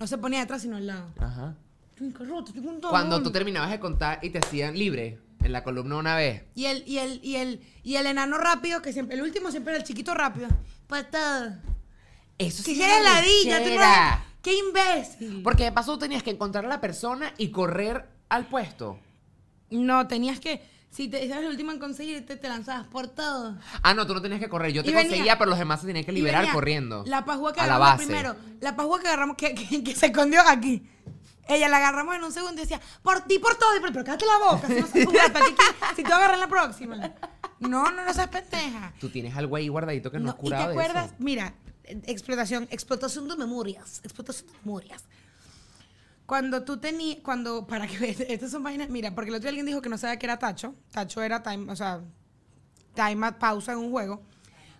[SPEAKER 1] No se ponía detrás, sino al lado.
[SPEAKER 2] Ajá.
[SPEAKER 1] Ay, Carlota, estoy con todo
[SPEAKER 2] Cuando
[SPEAKER 1] mundo.
[SPEAKER 2] tú terminabas de contar y te hacían libre en la columna una vez.
[SPEAKER 1] Y el, y el, y el, y el enano rápido, que siempre, el último siempre era el chiquito rápido. Pues todo.
[SPEAKER 2] Eso
[SPEAKER 1] Que
[SPEAKER 2] sí
[SPEAKER 1] ya
[SPEAKER 2] era
[SPEAKER 1] era ladilla, tú no
[SPEAKER 2] lechera.
[SPEAKER 1] eres- ¡Qué imbécil!
[SPEAKER 2] Porque de paso tenías que encontrar a la persona y correr al puesto.
[SPEAKER 1] No, tenías que. Si te eras el último en conseguirte, te lanzabas por todo.
[SPEAKER 2] Ah, no, tú no tenías que correr. Yo te
[SPEAKER 1] Y venía-
[SPEAKER 2] conseguía, pero los demás se tenían que
[SPEAKER 1] Y
[SPEAKER 2] liberar
[SPEAKER 1] venía
[SPEAKER 2] corriendo.
[SPEAKER 1] La pajúa que
[SPEAKER 2] a la
[SPEAKER 1] agarramos
[SPEAKER 2] base.
[SPEAKER 1] primero. La pajúa que agarramos, que, que- que se escondió aquí. Ella la agarramos en un segundo y decía, por ti, por todo. Y pero, pero cállate la boca. Si, no seas jugar, ¿para qué quieres? si te agarras en la próxima. No, no, no seas pendeja.
[SPEAKER 2] Tú tienes algo ahí guardadito que no, has
[SPEAKER 1] No, ¿Y te
[SPEAKER 2] curado de
[SPEAKER 1] acuerdas?
[SPEAKER 2] eso.
[SPEAKER 1] Mira, eh, explotación, explotación de memorias, explotación de memorias. Cuando tú tenías, cuando, para que veas, [LAUGHS] estas son vainas, mira, porque el otro día alguien dijo que no sabía que era tacho, tacho era time, o sea, time out, pausa en un juego.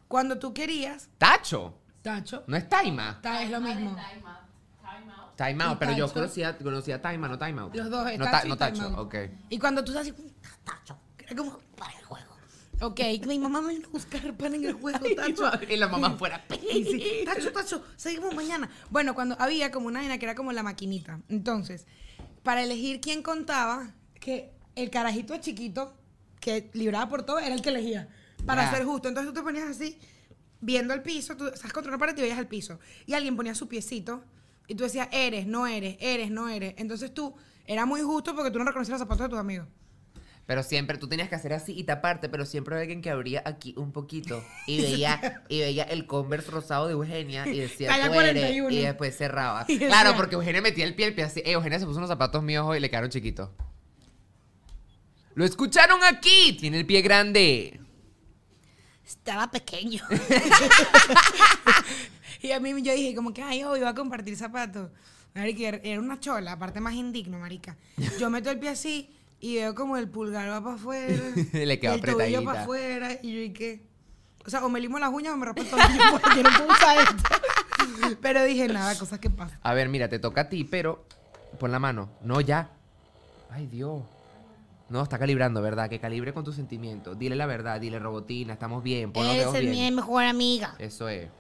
[SPEAKER 1] Cuando tú querías,
[SPEAKER 2] Tacho.
[SPEAKER 1] tacho,
[SPEAKER 2] No es Taima.
[SPEAKER 1] ta- es lo mismo.
[SPEAKER 2] Time out,
[SPEAKER 1] Y
[SPEAKER 2] pero yo
[SPEAKER 1] Tacho.
[SPEAKER 2] conocía, conocía Taima, no Time out.
[SPEAKER 1] Los dos, es
[SPEAKER 2] no,
[SPEAKER 1] tacho y
[SPEAKER 2] no
[SPEAKER 1] time
[SPEAKER 2] Tacho,
[SPEAKER 1] out.
[SPEAKER 2] ok.
[SPEAKER 1] Y cuando tú estás así, tacho, era como para el juego. Ok, mi mamá me vino a buscar pan en el juego, tacho.
[SPEAKER 2] Y la mamá fuera. "Pi".
[SPEAKER 1] Y sí, tacho, tacho, seguimos mañana. Bueno, cuando había como una vaina que era como la maquinita. Entonces, para elegir quién contaba, que el carajito chiquito que libraba por todo era el que elegía. Para
[SPEAKER 2] Ya.
[SPEAKER 1] ser justo. Entonces tú te ponías así, viendo el piso, tú estás contra una pared y veías el piso. Y alguien ponía su piecito y tú decías, eres, no eres, eres, no eres. Entonces tú, era muy justo porque tú no reconocías los zapatos de tus amigos.
[SPEAKER 2] Pero siempre tú tenías que hacer así y taparte, pero siempre había alguien que abría aquí un poquito y veía, y veía el converse rosado de Eugenia y decía,
[SPEAKER 1] Talla
[SPEAKER 2] "Tú eres",
[SPEAKER 1] 41.
[SPEAKER 2] y después cerraba.
[SPEAKER 1] Y decía-
[SPEAKER 2] Claro, porque Eugenia metía el pie, el pie así. "Eh, Eugenia se puso unos zapatos míos hoy y le quedaron chiquitos. ¡Lo escucharon aquí! Tiene el pie grande. [LAUGHS]
[SPEAKER 4] Estaba pequeño.
[SPEAKER 1] Y a mí yo dije como que, ay, hoy va a compartir zapatos. Marica, era- era una chola, aparte más indigno, marica. Yo meto el pie así y veo como el pulgar va para afuera.
[SPEAKER 2] [LAUGHS] Le quedó
[SPEAKER 1] y el tobillo
[SPEAKER 2] apretadita.
[SPEAKER 1] para afuera. Y yo dije, o sea, o me limo las uñas o me rompo el tobillo [LAUGHS] porque yo no puedo usar esto. Pero dije, nada, cosas que pasan. [LAUGHS]
[SPEAKER 2] A ver, mira, te toca a ti, pero pon la mano. No, ya. Ay, Dios. No, está calibrando, ¿verdad? Que calibre con tus sentimientos. Dile la verdad, dile robotina, estamos bien, pon los
[SPEAKER 4] Eres
[SPEAKER 2] dedos
[SPEAKER 4] es mi
[SPEAKER 2] bien.
[SPEAKER 4] mejor amiga.
[SPEAKER 2] Eso es.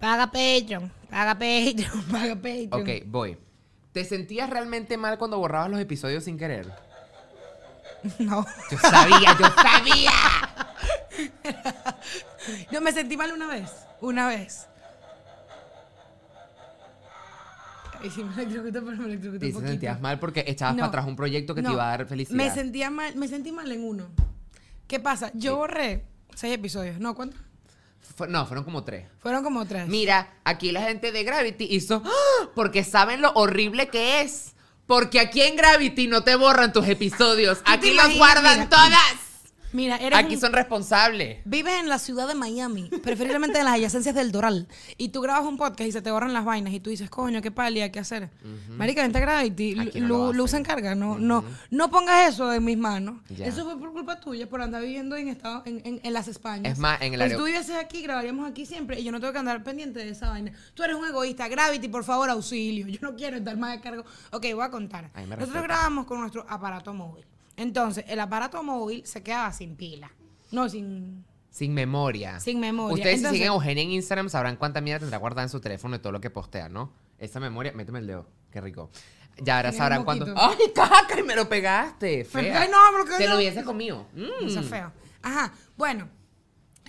[SPEAKER 4] Paga Patreon. Paga Patreon. [LAUGHS]
[SPEAKER 1] Paga Patreon.
[SPEAKER 2] Ok, voy. ¿Te sentías realmente mal cuando borrabas los episodios sin querer?
[SPEAKER 1] No.
[SPEAKER 2] Yo sabía, yo
[SPEAKER 1] [LAUGHS]
[SPEAKER 2] sabía.
[SPEAKER 1] Yo me sentí mal una vez. Una vez. Ay, sí, me electrocuté, pero me electrocuté
[SPEAKER 2] Te
[SPEAKER 1] un poquito.
[SPEAKER 2] sentías mal porque echabas
[SPEAKER 1] No.
[SPEAKER 2] para atrás un proyecto que
[SPEAKER 1] No,
[SPEAKER 2] te iba a dar felicidad.
[SPEAKER 1] Me sentía mal, me sentí mal en uno. ¿Qué pasa? Yo borré seis episodios. No, ¿cuántos?
[SPEAKER 2] Fue- no, fueron como tres.
[SPEAKER 1] Fueron como tres.
[SPEAKER 2] Mira, aquí la gente de Gravity hizo ¡Ah! porque saben lo horrible que es. Porque aquí en Gravity no te borran tus episodios.
[SPEAKER 1] te
[SPEAKER 2] Aquí los
[SPEAKER 1] imaginas?
[SPEAKER 2] guardan
[SPEAKER 1] Mira.
[SPEAKER 2] todas.
[SPEAKER 1] Mira, eres
[SPEAKER 2] Aquí
[SPEAKER 1] un-
[SPEAKER 2] son responsables.
[SPEAKER 1] Vives en la ciudad de Miami, preferiblemente en las adyacencias del Doral, y tú grabas un podcast y se te borran las vainas y tú dices, coño, qué palia, qué hacer. Marica, vente a Gravity,
[SPEAKER 2] Aquí
[SPEAKER 1] Lu-
[SPEAKER 2] no lo hacen.
[SPEAKER 1] Luz se encarga, no, no, no pongas eso en mis manos.
[SPEAKER 2] Ya.
[SPEAKER 1] Eso fue por culpa tuya, por andar viviendo en, estado, en, en- en las Españas.
[SPEAKER 2] Es más, en el
[SPEAKER 1] Pues
[SPEAKER 2] aerop-
[SPEAKER 1] tú vivieses aquí, grabaríamos aquí siempre, y yo no tengo que andar pendiente de esa vaina. Tú eres un egoísta, Gravity, por favor, auxilio, yo no quiero estar más de cargo. Ok, voy a contar.
[SPEAKER 2] Ay, me
[SPEAKER 1] Nosotros
[SPEAKER 2] respeta.
[SPEAKER 1] grabamos con nuestro aparato móvil. Entonces, el aparato móvil se quedaba sin pila. No, sin...
[SPEAKER 2] Sin memoria.
[SPEAKER 1] Sin memoria.
[SPEAKER 2] Ustedes si
[SPEAKER 1] Entonces-
[SPEAKER 2] siguen a Eugenia en Instagram sabrán cuánta mierda tendrá guardada en su teléfono de todo lo que postea, ¿no? Esa memoria, méteme el dedo, qué rico. Ya ahora
[SPEAKER 1] Tiene
[SPEAKER 2] sabrán
[SPEAKER 1] un
[SPEAKER 2] cuánto.
[SPEAKER 1] poquito.
[SPEAKER 2] ¡Ay, caca! Y me lo pegaste. Fea.
[SPEAKER 1] Ay, no, me lo quedé
[SPEAKER 2] Te
[SPEAKER 1] yo.
[SPEAKER 2] lo hubiese comido. Mm.
[SPEAKER 1] Eso es feo. Ajá, bueno.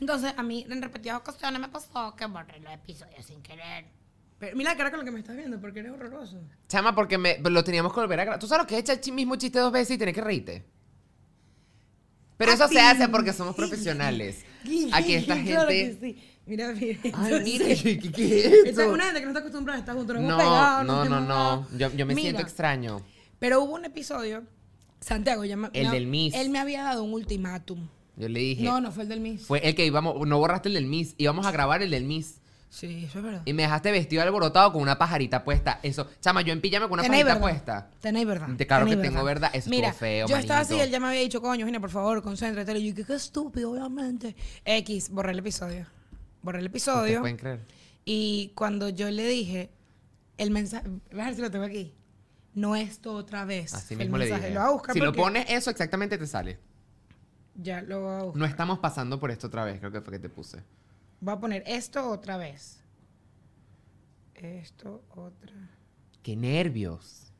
[SPEAKER 1] Entonces, a mí en repetidas ocasiones...
[SPEAKER 4] Cuestión me pasó que borré los episodios sin querer.
[SPEAKER 1] Pero mira la cara con la que me estás viendo, porque eres horroroso.
[SPEAKER 2] Chama, porque me, lo teníamos que volver a grabar. Tú sabes lo que es echar el mismo chiste dos veces y tener que reírte. Pero eso se hace porque somos profesionales. [LAUGHS] Aquí esta
[SPEAKER 1] Claro que
[SPEAKER 2] gente.
[SPEAKER 1] sí. Mira, mira.
[SPEAKER 2] Ay, mira,
[SPEAKER 1] [LAUGHS] entonces,
[SPEAKER 2] ¿qué, qué es
[SPEAKER 1] esta es
[SPEAKER 2] esto?
[SPEAKER 1] una gente que no está acostumbrada a estar juntos.
[SPEAKER 2] No,
[SPEAKER 1] pegado,
[SPEAKER 2] no, no, no.
[SPEAKER 1] no.
[SPEAKER 2] Yo, yo me siento
[SPEAKER 1] Mira,
[SPEAKER 2] extraño.
[SPEAKER 1] Pero hubo un episodio, Santiago, ya me-
[SPEAKER 2] El
[SPEAKER 1] me-
[SPEAKER 2] del Miss.
[SPEAKER 1] Él me había dado un ultimátum.
[SPEAKER 2] Yo le dije.
[SPEAKER 1] No, no fue el del Miss.
[SPEAKER 2] Fue el que íbamos, no borraste el del Miss, íbamos a grabar el del Miss.
[SPEAKER 1] Sí, eso es verdad.
[SPEAKER 2] Y me dejaste vestido alborotado con una pajarita puesta. Eso, chama, yo en pijama con una
[SPEAKER 1] Tenéis
[SPEAKER 2] pajarita
[SPEAKER 1] verdad.
[SPEAKER 2] puesta.
[SPEAKER 1] Tenéis verdad.
[SPEAKER 2] Te- claro
[SPEAKER 1] tenéis
[SPEAKER 2] que tengo verdad. Eso
[SPEAKER 1] Mira,
[SPEAKER 2] estuvo feo,
[SPEAKER 1] Yo estaba así,
[SPEAKER 2] manito.
[SPEAKER 1] él ya me había dicho, coño, Gina, por favor, concéntrate. Y yo dije, qué estúpido, obviamente. X, borré el episodio. Borré el
[SPEAKER 2] ¿Ustedes
[SPEAKER 1] episodio.
[SPEAKER 2] pueden creer?
[SPEAKER 1] Y cuando yo le dije, el mensaje, vas a ver si lo tengo aquí. No esto otra vez.
[SPEAKER 2] Así
[SPEAKER 1] El
[SPEAKER 2] mismo le
[SPEAKER 1] mensaje,
[SPEAKER 2] dije.
[SPEAKER 1] Lo voy a buscar
[SPEAKER 2] si lo
[SPEAKER 1] porque-
[SPEAKER 2] pones eso, exactamente te sale.
[SPEAKER 1] Ya lo voy a buscar.
[SPEAKER 2] No estamos pasando por esto otra vez, creo que fue que te puse.
[SPEAKER 1] Voy a poner esto otra vez. Esto otra.
[SPEAKER 2] ¡Qué nervios!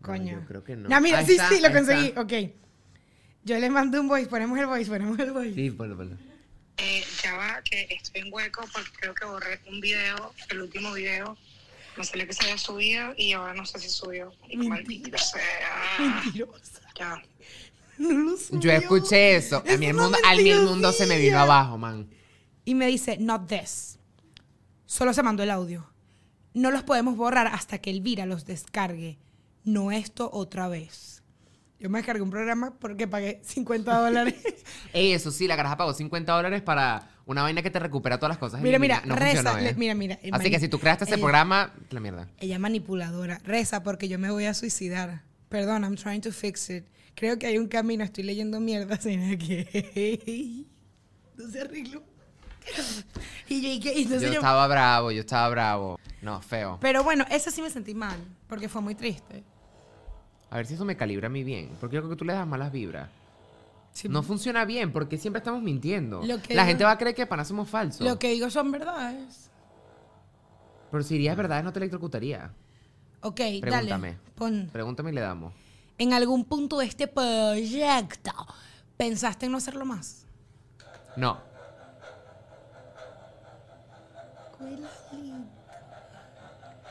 [SPEAKER 2] No,
[SPEAKER 1] Coño.
[SPEAKER 2] yo creo que no.
[SPEAKER 1] Ya, mira,
[SPEAKER 2] Ahí
[SPEAKER 1] sí,
[SPEAKER 2] está,
[SPEAKER 1] sí, lo
[SPEAKER 2] ahí
[SPEAKER 1] conseguí.
[SPEAKER 2] está.
[SPEAKER 1] Ok. Yo le mando un voice, ponemos el voice, ponemos el voice.
[SPEAKER 2] Sí, ponlo, ponlo.
[SPEAKER 5] Eh, ya va, que estoy en hueco porque creo que borré un video, el último video. Me salió que se había subido y ahora no sé si subió. Y maldito sea.
[SPEAKER 1] Mentirosa.
[SPEAKER 5] Ya.
[SPEAKER 1] No lo
[SPEAKER 2] Yo
[SPEAKER 1] subió.
[SPEAKER 2] escuché eso. A mí
[SPEAKER 1] Es
[SPEAKER 2] el
[SPEAKER 1] una
[SPEAKER 2] mundo, a mí el mundo se me vino
[SPEAKER 1] mentirosilla.
[SPEAKER 2] abajo, man.
[SPEAKER 1] Y me dice, not this. Solo se mandó el audio. No los podemos borrar hasta que Elvira los descargue. No esto otra vez. Yo me descargué un programa porque pagué
[SPEAKER 2] [LAUGHS]
[SPEAKER 1] 50 dólares.
[SPEAKER 2] Ey, eso sí, la caraja pagó 50 dólares para una vaina que te recupera todas las
[SPEAKER 1] [LAUGHS]
[SPEAKER 2] cosas.
[SPEAKER 1] Mira,
[SPEAKER 2] Y
[SPEAKER 1] mira,
[SPEAKER 2] no
[SPEAKER 1] reza,
[SPEAKER 2] funcionó,
[SPEAKER 1] le-
[SPEAKER 2] ¿eh?
[SPEAKER 1] mira, mira,
[SPEAKER 2] Así que
[SPEAKER 1] imagínate. Eh,
[SPEAKER 2] si tú creaste ese
[SPEAKER 1] Ey.
[SPEAKER 2] programa, la mierda.
[SPEAKER 1] Ella manipuladora. Reza porque yo me voy a suicidar. Perdón, I'm trying to fix it. Creo que hay un camino. Estoy leyendo mierda [LAUGHS] sin aquí. No se arregló. [LAUGHS] Y yo, ¿y qué? Y entonces
[SPEAKER 2] yo
[SPEAKER 1] yo-
[SPEAKER 2] estaba bravo, yo estaba bravo. No, feo.
[SPEAKER 1] Pero bueno, eso sí me sentí mal. Porque fue muy triste.
[SPEAKER 2] A ver si eso me calibra a mí bien. Porque yo creo que tú le das malas vibras.
[SPEAKER 1] Sí.
[SPEAKER 2] No funciona bien porque siempre estamos mintiendo.
[SPEAKER 1] Lo que
[SPEAKER 2] la
[SPEAKER 1] yo-
[SPEAKER 2] gente va a creer que para somos falsos.
[SPEAKER 1] Lo que digo son verdades.
[SPEAKER 2] Pero si dirías verdades no te electrocutaría.
[SPEAKER 1] Ok,
[SPEAKER 2] Pregúntame.
[SPEAKER 1] dale. Pon.
[SPEAKER 2] Pregúntame y le damos.
[SPEAKER 1] En algún punto de este proyecto, ¿pensaste en no hacerlo más?
[SPEAKER 2] No.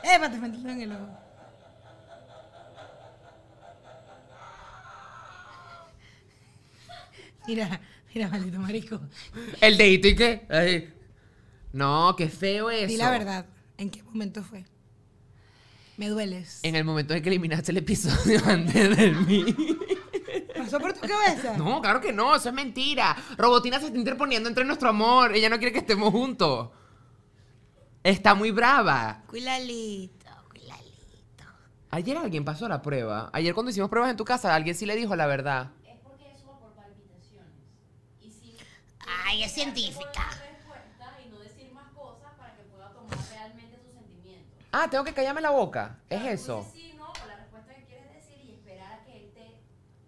[SPEAKER 1] Eh, te metiste en el ojo. [LAUGHS] Mira, mira, maldito marico.
[SPEAKER 2] El dedito y qué. Ay. No, qué feo eso.
[SPEAKER 1] Di la verdad. ¿En qué momento fue? Me dueles.
[SPEAKER 2] En el momento en que eliminaste el episodio [LAUGHS] antes de mí.
[SPEAKER 1] ¿Pasó por tu cabeza?
[SPEAKER 2] [LAUGHS] No, claro que no, eso es mentira. Robotina se está interponiendo entre nuestro amor. Ella no quiere que estemos juntos. Está muy brava.
[SPEAKER 4] Cuilalito, cuilalito.
[SPEAKER 2] Ayer alguien pasó la prueba. Ayer cuando hicimos pruebas en tu casa, alguien sí le dijo la verdad.
[SPEAKER 4] Ay, es científica.
[SPEAKER 2] Ah, tengo que callarme la boca. Es eso.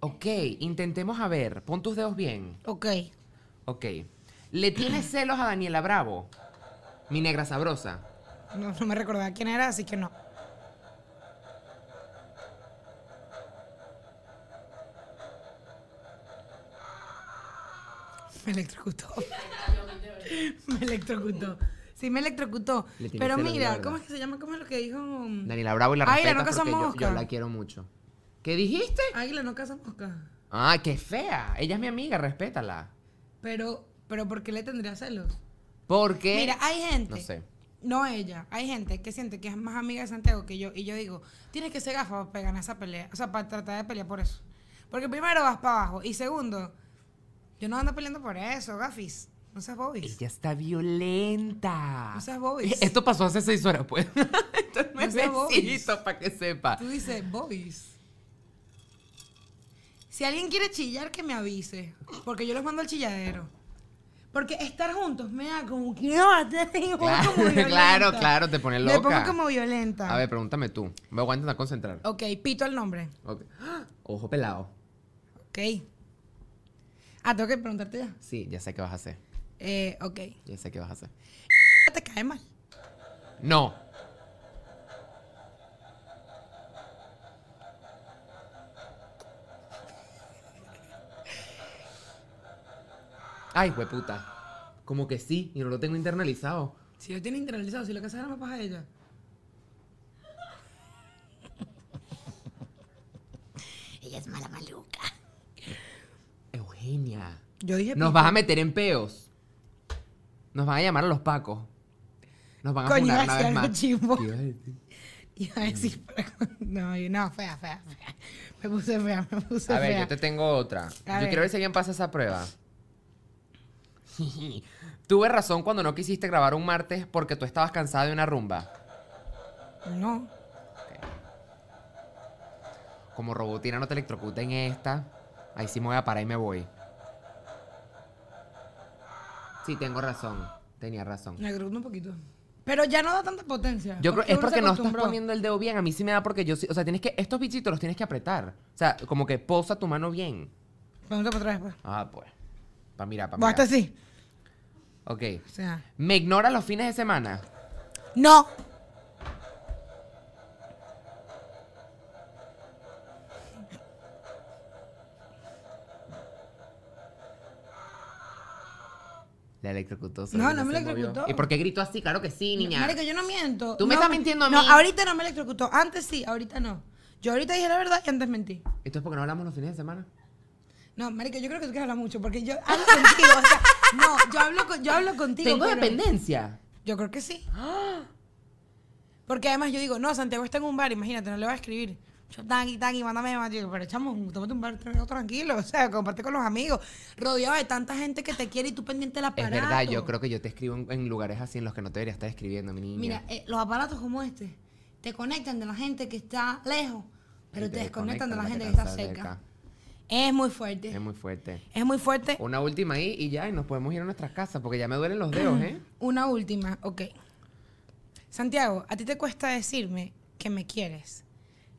[SPEAKER 2] Ok, intentemos a ver. Pon tus dedos bien.
[SPEAKER 1] Ok.
[SPEAKER 2] Ok. ¿Le tienes celos a Daniela Bravo? Mi negra sabrosa.
[SPEAKER 1] No, no me recordaba quién era, así que no. Me electrocutó. Me electrocutó. Sí, me electrocutó.
[SPEAKER 2] Le tiene
[SPEAKER 1] Pero
[SPEAKER 2] celos, la
[SPEAKER 1] mira,
[SPEAKER 2] verdad.
[SPEAKER 1] ¿cómo es que se llama? ¿Cómo es lo que dijo?
[SPEAKER 2] Daniela Bravo y la
[SPEAKER 1] Ay, la
[SPEAKER 2] respetas
[SPEAKER 1] no caza
[SPEAKER 2] porque yo- yo,
[SPEAKER 1] mosca.
[SPEAKER 2] la quiero mucho. ¿Qué dijiste?
[SPEAKER 1] Águila no casa mosca.
[SPEAKER 2] Ah, qué fea. Ella es mi amiga, respétala.
[SPEAKER 1] Pero, pero ¿por qué le tendría celos?
[SPEAKER 2] Porque...
[SPEAKER 1] Mira, hay gente.
[SPEAKER 2] No sé.
[SPEAKER 1] No ella, hay gente que siente que es más amiga de Santiago que yo. Y yo digo, tienes que ser gafa para pegar en esa pelea. O sea, para tratar de pelear por eso. Porque primero vas para abajo. Y segundo, yo no ando peleando por eso, gafis. No seas bobis.
[SPEAKER 2] Ella está violenta. E-,
[SPEAKER 1] No seas bobis.
[SPEAKER 2] Esto pasó hace seis horas, pues. [LAUGHS] Esto es
[SPEAKER 1] No seas bobis.
[SPEAKER 2] nuevecito, para que sepa.
[SPEAKER 1] Tú dices, bobis. Si alguien quiere chillar, que me avise. Porque yo los mando al chilladero. Porque estar juntos me da como que [LAUGHS] no, te pongo
[SPEAKER 2] Claro, [LAUGHS]
[SPEAKER 1] como violenta.
[SPEAKER 2] claro, claro, te pone
[SPEAKER 1] Me pongo
[SPEAKER 2] loca.
[SPEAKER 1] como violenta.
[SPEAKER 2] A ver, pregúntame tú. Me voy a intentar concentrar.
[SPEAKER 1] Ok, pito el nombre.
[SPEAKER 2] Ok. [GASPS] ¡Ah! Ojo pelado.
[SPEAKER 1] Ok. Ah, tengo que preguntarte ya.
[SPEAKER 2] Sí, ya sé qué vas a hacer.
[SPEAKER 1] Eh, ok.
[SPEAKER 2] Ya sé qué vas a hacer.
[SPEAKER 1] ¿Te cae mal?
[SPEAKER 2] No. Ay, hueputa. Como que sí, y no lo tengo internalizado.
[SPEAKER 1] Si lo tiene internalizado, si lo que hace era más paja de ella.
[SPEAKER 4] Ella es mala maluca.
[SPEAKER 2] Eugenia.
[SPEAKER 1] Yo dije.
[SPEAKER 2] Nos
[SPEAKER 1] pito.
[SPEAKER 2] vas a meter en peos. Nos van a llamar a los pacos. Nos van a
[SPEAKER 1] Coño,
[SPEAKER 2] funar
[SPEAKER 1] iba
[SPEAKER 2] una
[SPEAKER 1] a
[SPEAKER 2] vez
[SPEAKER 1] decir
[SPEAKER 2] más.
[SPEAKER 1] algo [LAUGHS] chimbo.
[SPEAKER 2] ¿Qué iba a
[SPEAKER 1] [LAUGHS]
[SPEAKER 2] decir?
[SPEAKER 1] Iba a decir. No, yo- no, fea, fea, fea. Me puse fea, me puse
[SPEAKER 2] A
[SPEAKER 1] fea.
[SPEAKER 2] ver, yo te tengo otra. yo
[SPEAKER 1] ver.
[SPEAKER 2] quiero ver si alguien pasa esa prueba. [LAUGHS] Tuve razón cuando no quisiste grabar un martes porque tú estabas cansada de una rumba.
[SPEAKER 1] No.
[SPEAKER 2] Como robotina no te electrocuta en esta. Ahí sí me voy a parar y me voy. Sí, tengo razón. Tenía razón.
[SPEAKER 1] Me agregó un poquito. Pero ya no da tanta potencia.
[SPEAKER 2] Yo creo es
[SPEAKER 1] uno se
[SPEAKER 2] porque no estás
[SPEAKER 1] acostumbró.
[SPEAKER 2] poniendo el dedo bien. A mí sí me da porque yo sí. O sea, tienes que. Estos bichitos los tienes que apretar. O sea, como que posa tu mano bien.
[SPEAKER 1] Pregunta para atrás, pues.
[SPEAKER 2] Ah, pues. Pa' mirar, pa'
[SPEAKER 1] Vos hasta
[SPEAKER 2] mirar.
[SPEAKER 1] así.
[SPEAKER 2] Ok.
[SPEAKER 1] O sea.
[SPEAKER 2] ¿Me ignora los fines de semana?
[SPEAKER 1] No.
[SPEAKER 2] La electrocutó.
[SPEAKER 1] No, no
[SPEAKER 2] se
[SPEAKER 1] me
[SPEAKER 2] movió.
[SPEAKER 1] electrocutó.
[SPEAKER 2] ¿Y por qué gritó así? Claro que sí, niña.
[SPEAKER 1] Marico, yo no miento.
[SPEAKER 2] Tú me
[SPEAKER 1] No,
[SPEAKER 2] estás mintiendo a
[SPEAKER 1] No,
[SPEAKER 2] mí.
[SPEAKER 1] ahorita no me electrocutó. Antes sí, ahorita no. Yo ahorita dije la verdad y antes mentí.
[SPEAKER 2] ¿Esto es porque no hablamos los fines de semana?
[SPEAKER 1] No, marico, yo creo que tú que hablas mucho porque yo hablo contigo. O sea, no, yo hablo, con- yo hablo contigo.
[SPEAKER 2] Tengo
[SPEAKER 1] pero-
[SPEAKER 2] dependencia.
[SPEAKER 1] Yo creo que sí. Porque además yo digo, no, Santiago está en un bar, imagínate, no le voy a escribir. Yo, tangui, tangui, mándame más. Digo, pero echamos, tómate un bar tranquilo, tranquilo. O sea, comparte con los amigos. Rodeado de tanta gente que te quiere y tú pendiente del
[SPEAKER 2] Es
[SPEAKER 1] aparato.
[SPEAKER 2] verdad, yo creo que yo te escribo en, en lugares así en los que no te debería estar escribiendo, mi niña.
[SPEAKER 1] Mira, eh, los aparatos como este te conectan de la gente que está lejos, pero
[SPEAKER 2] Y
[SPEAKER 1] te, desconectan de la gente que
[SPEAKER 2] te
[SPEAKER 1] está cerca. Es muy fuerte.
[SPEAKER 2] Es muy fuerte.
[SPEAKER 1] Es muy fuerte.
[SPEAKER 2] Una última ahí y ya, y nos podemos ir a nuestras casas porque ya me duelen
[SPEAKER 1] [CLEARS THROAT]
[SPEAKER 2] los dedos, ¿eh?
[SPEAKER 1] Una última, ok. Santiago, a ti te cuesta decirme que me quieres.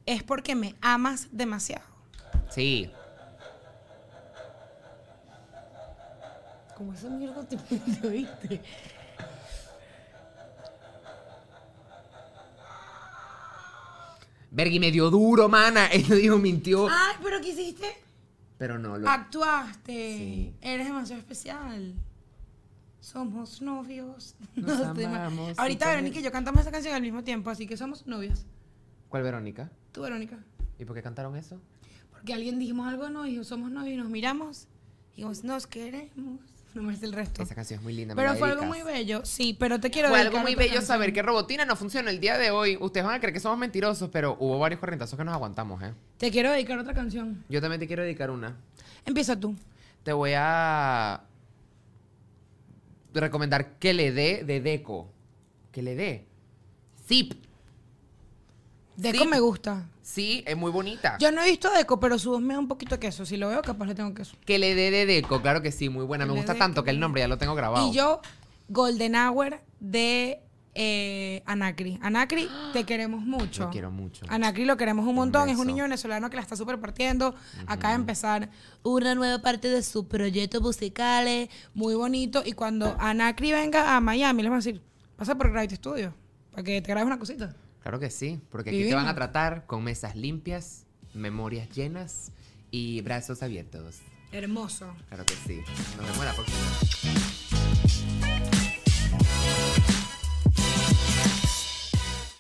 [SPEAKER 1] Es porque me amas demasiado.
[SPEAKER 2] Sí.
[SPEAKER 1] Como esa mierda te [LAUGHS] te oíste.
[SPEAKER 2] Vergui, me dio duro, mana. [LAUGHS] Él dijo, mintió.
[SPEAKER 1] Ay, pero ¿qué hiciste?
[SPEAKER 2] Pero no,
[SPEAKER 1] Ah.
[SPEAKER 2] lo...
[SPEAKER 1] Actuaste.
[SPEAKER 2] Sí.
[SPEAKER 1] Eres demasiado especial. Somos novios. [LAUGHS]
[SPEAKER 2] Nos
[SPEAKER 1] te ima-
[SPEAKER 2] amamos,
[SPEAKER 1] Ahorita
[SPEAKER 2] sí,
[SPEAKER 1] Verónica y yo cantamos esa canción al mismo tiempo, así que somos novias.
[SPEAKER 2] ¿Cuál, Verónica?
[SPEAKER 1] Tú, Verónica.
[SPEAKER 2] ¿Y por qué cantaron eso?
[SPEAKER 1] Porque alguien dijimos algo, no, y somos novios y nos miramos. Y dijimos, nos queremos. No me sé el resto.
[SPEAKER 2] Esa canción es muy linda. me
[SPEAKER 1] Pero
[SPEAKER 2] la
[SPEAKER 1] fue algo
[SPEAKER 2] dedicas.
[SPEAKER 1] muy bello, sí, pero te quiero
[SPEAKER 2] Fue
[SPEAKER 1] dedicar
[SPEAKER 2] algo muy
[SPEAKER 1] otra
[SPEAKER 2] bello
[SPEAKER 1] canción.
[SPEAKER 2] saber que Robotina no funciona el día de hoy. Ustedes van a creer que somos mentirosos, pero hubo varios corrientazos que nos aguantamos, ¿eh?
[SPEAKER 1] Te quiero dedicar otra canción.
[SPEAKER 2] Yo también te quiero dedicar una.
[SPEAKER 1] Empieza tú.
[SPEAKER 2] Te voy a recomendar que le dé de Deco. Que le dé. Zip.
[SPEAKER 1] Deco
[SPEAKER 2] Sí. Ah.
[SPEAKER 1] me gusta.
[SPEAKER 2] Sí, es muy bonita.
[SPEAKER 1] Yo no he visto Deco, pero su voz me da un poquito de queso. Si lo veo, capaz le tengo queso.
[SPEAKER 2] Que le dé de Deco, claro que sí, muy buena.
[SPEAKER 1] Que
[SPEAKER 2] Me
[SPEAKER 1] le
[SPEAKER 2] gusta
[SPEAKER 1] dé,
[SPEAKER 2] tanto
[SPEAKER 1] que
[SPEAKER 2] que el
[SPEAKER 1] le
[SPEAKER 2] nombre ya lo tengo grabado.
[SPEAKER 1] Y yo, Golden Hour de eh, Anacri. Anacri, te queremos mucho.
[SPEAKER 2] Ah. Lo quiero mucho.
[SPEAKER 1] Anacri lo queremos un
[SPEAKER 2] Un
[SPEAKER 1] montón. es un
[SPEAKER 2] beso.
[SPEAKER 1] niño venezolano que la está súper partiendo. Acaba de empezar una nueva parte de su proyecto musicales. Muy bonito. Y cuando Anacri venga a Miami, les voy a decir, pasa por Gravity Studio. Para que te grabes una cosita.
[SPEAKER 2] Claro que sí, porque aquí te
[SPEAKER 1] Divino.
[SPEAKER 2] van a tratar con mesas limpias, memorias llenas y brazos abiertos.
[SPEAKER 1] Hermoso.
[SPEAKER 2] Claro que sí. Nos vemos la próxima.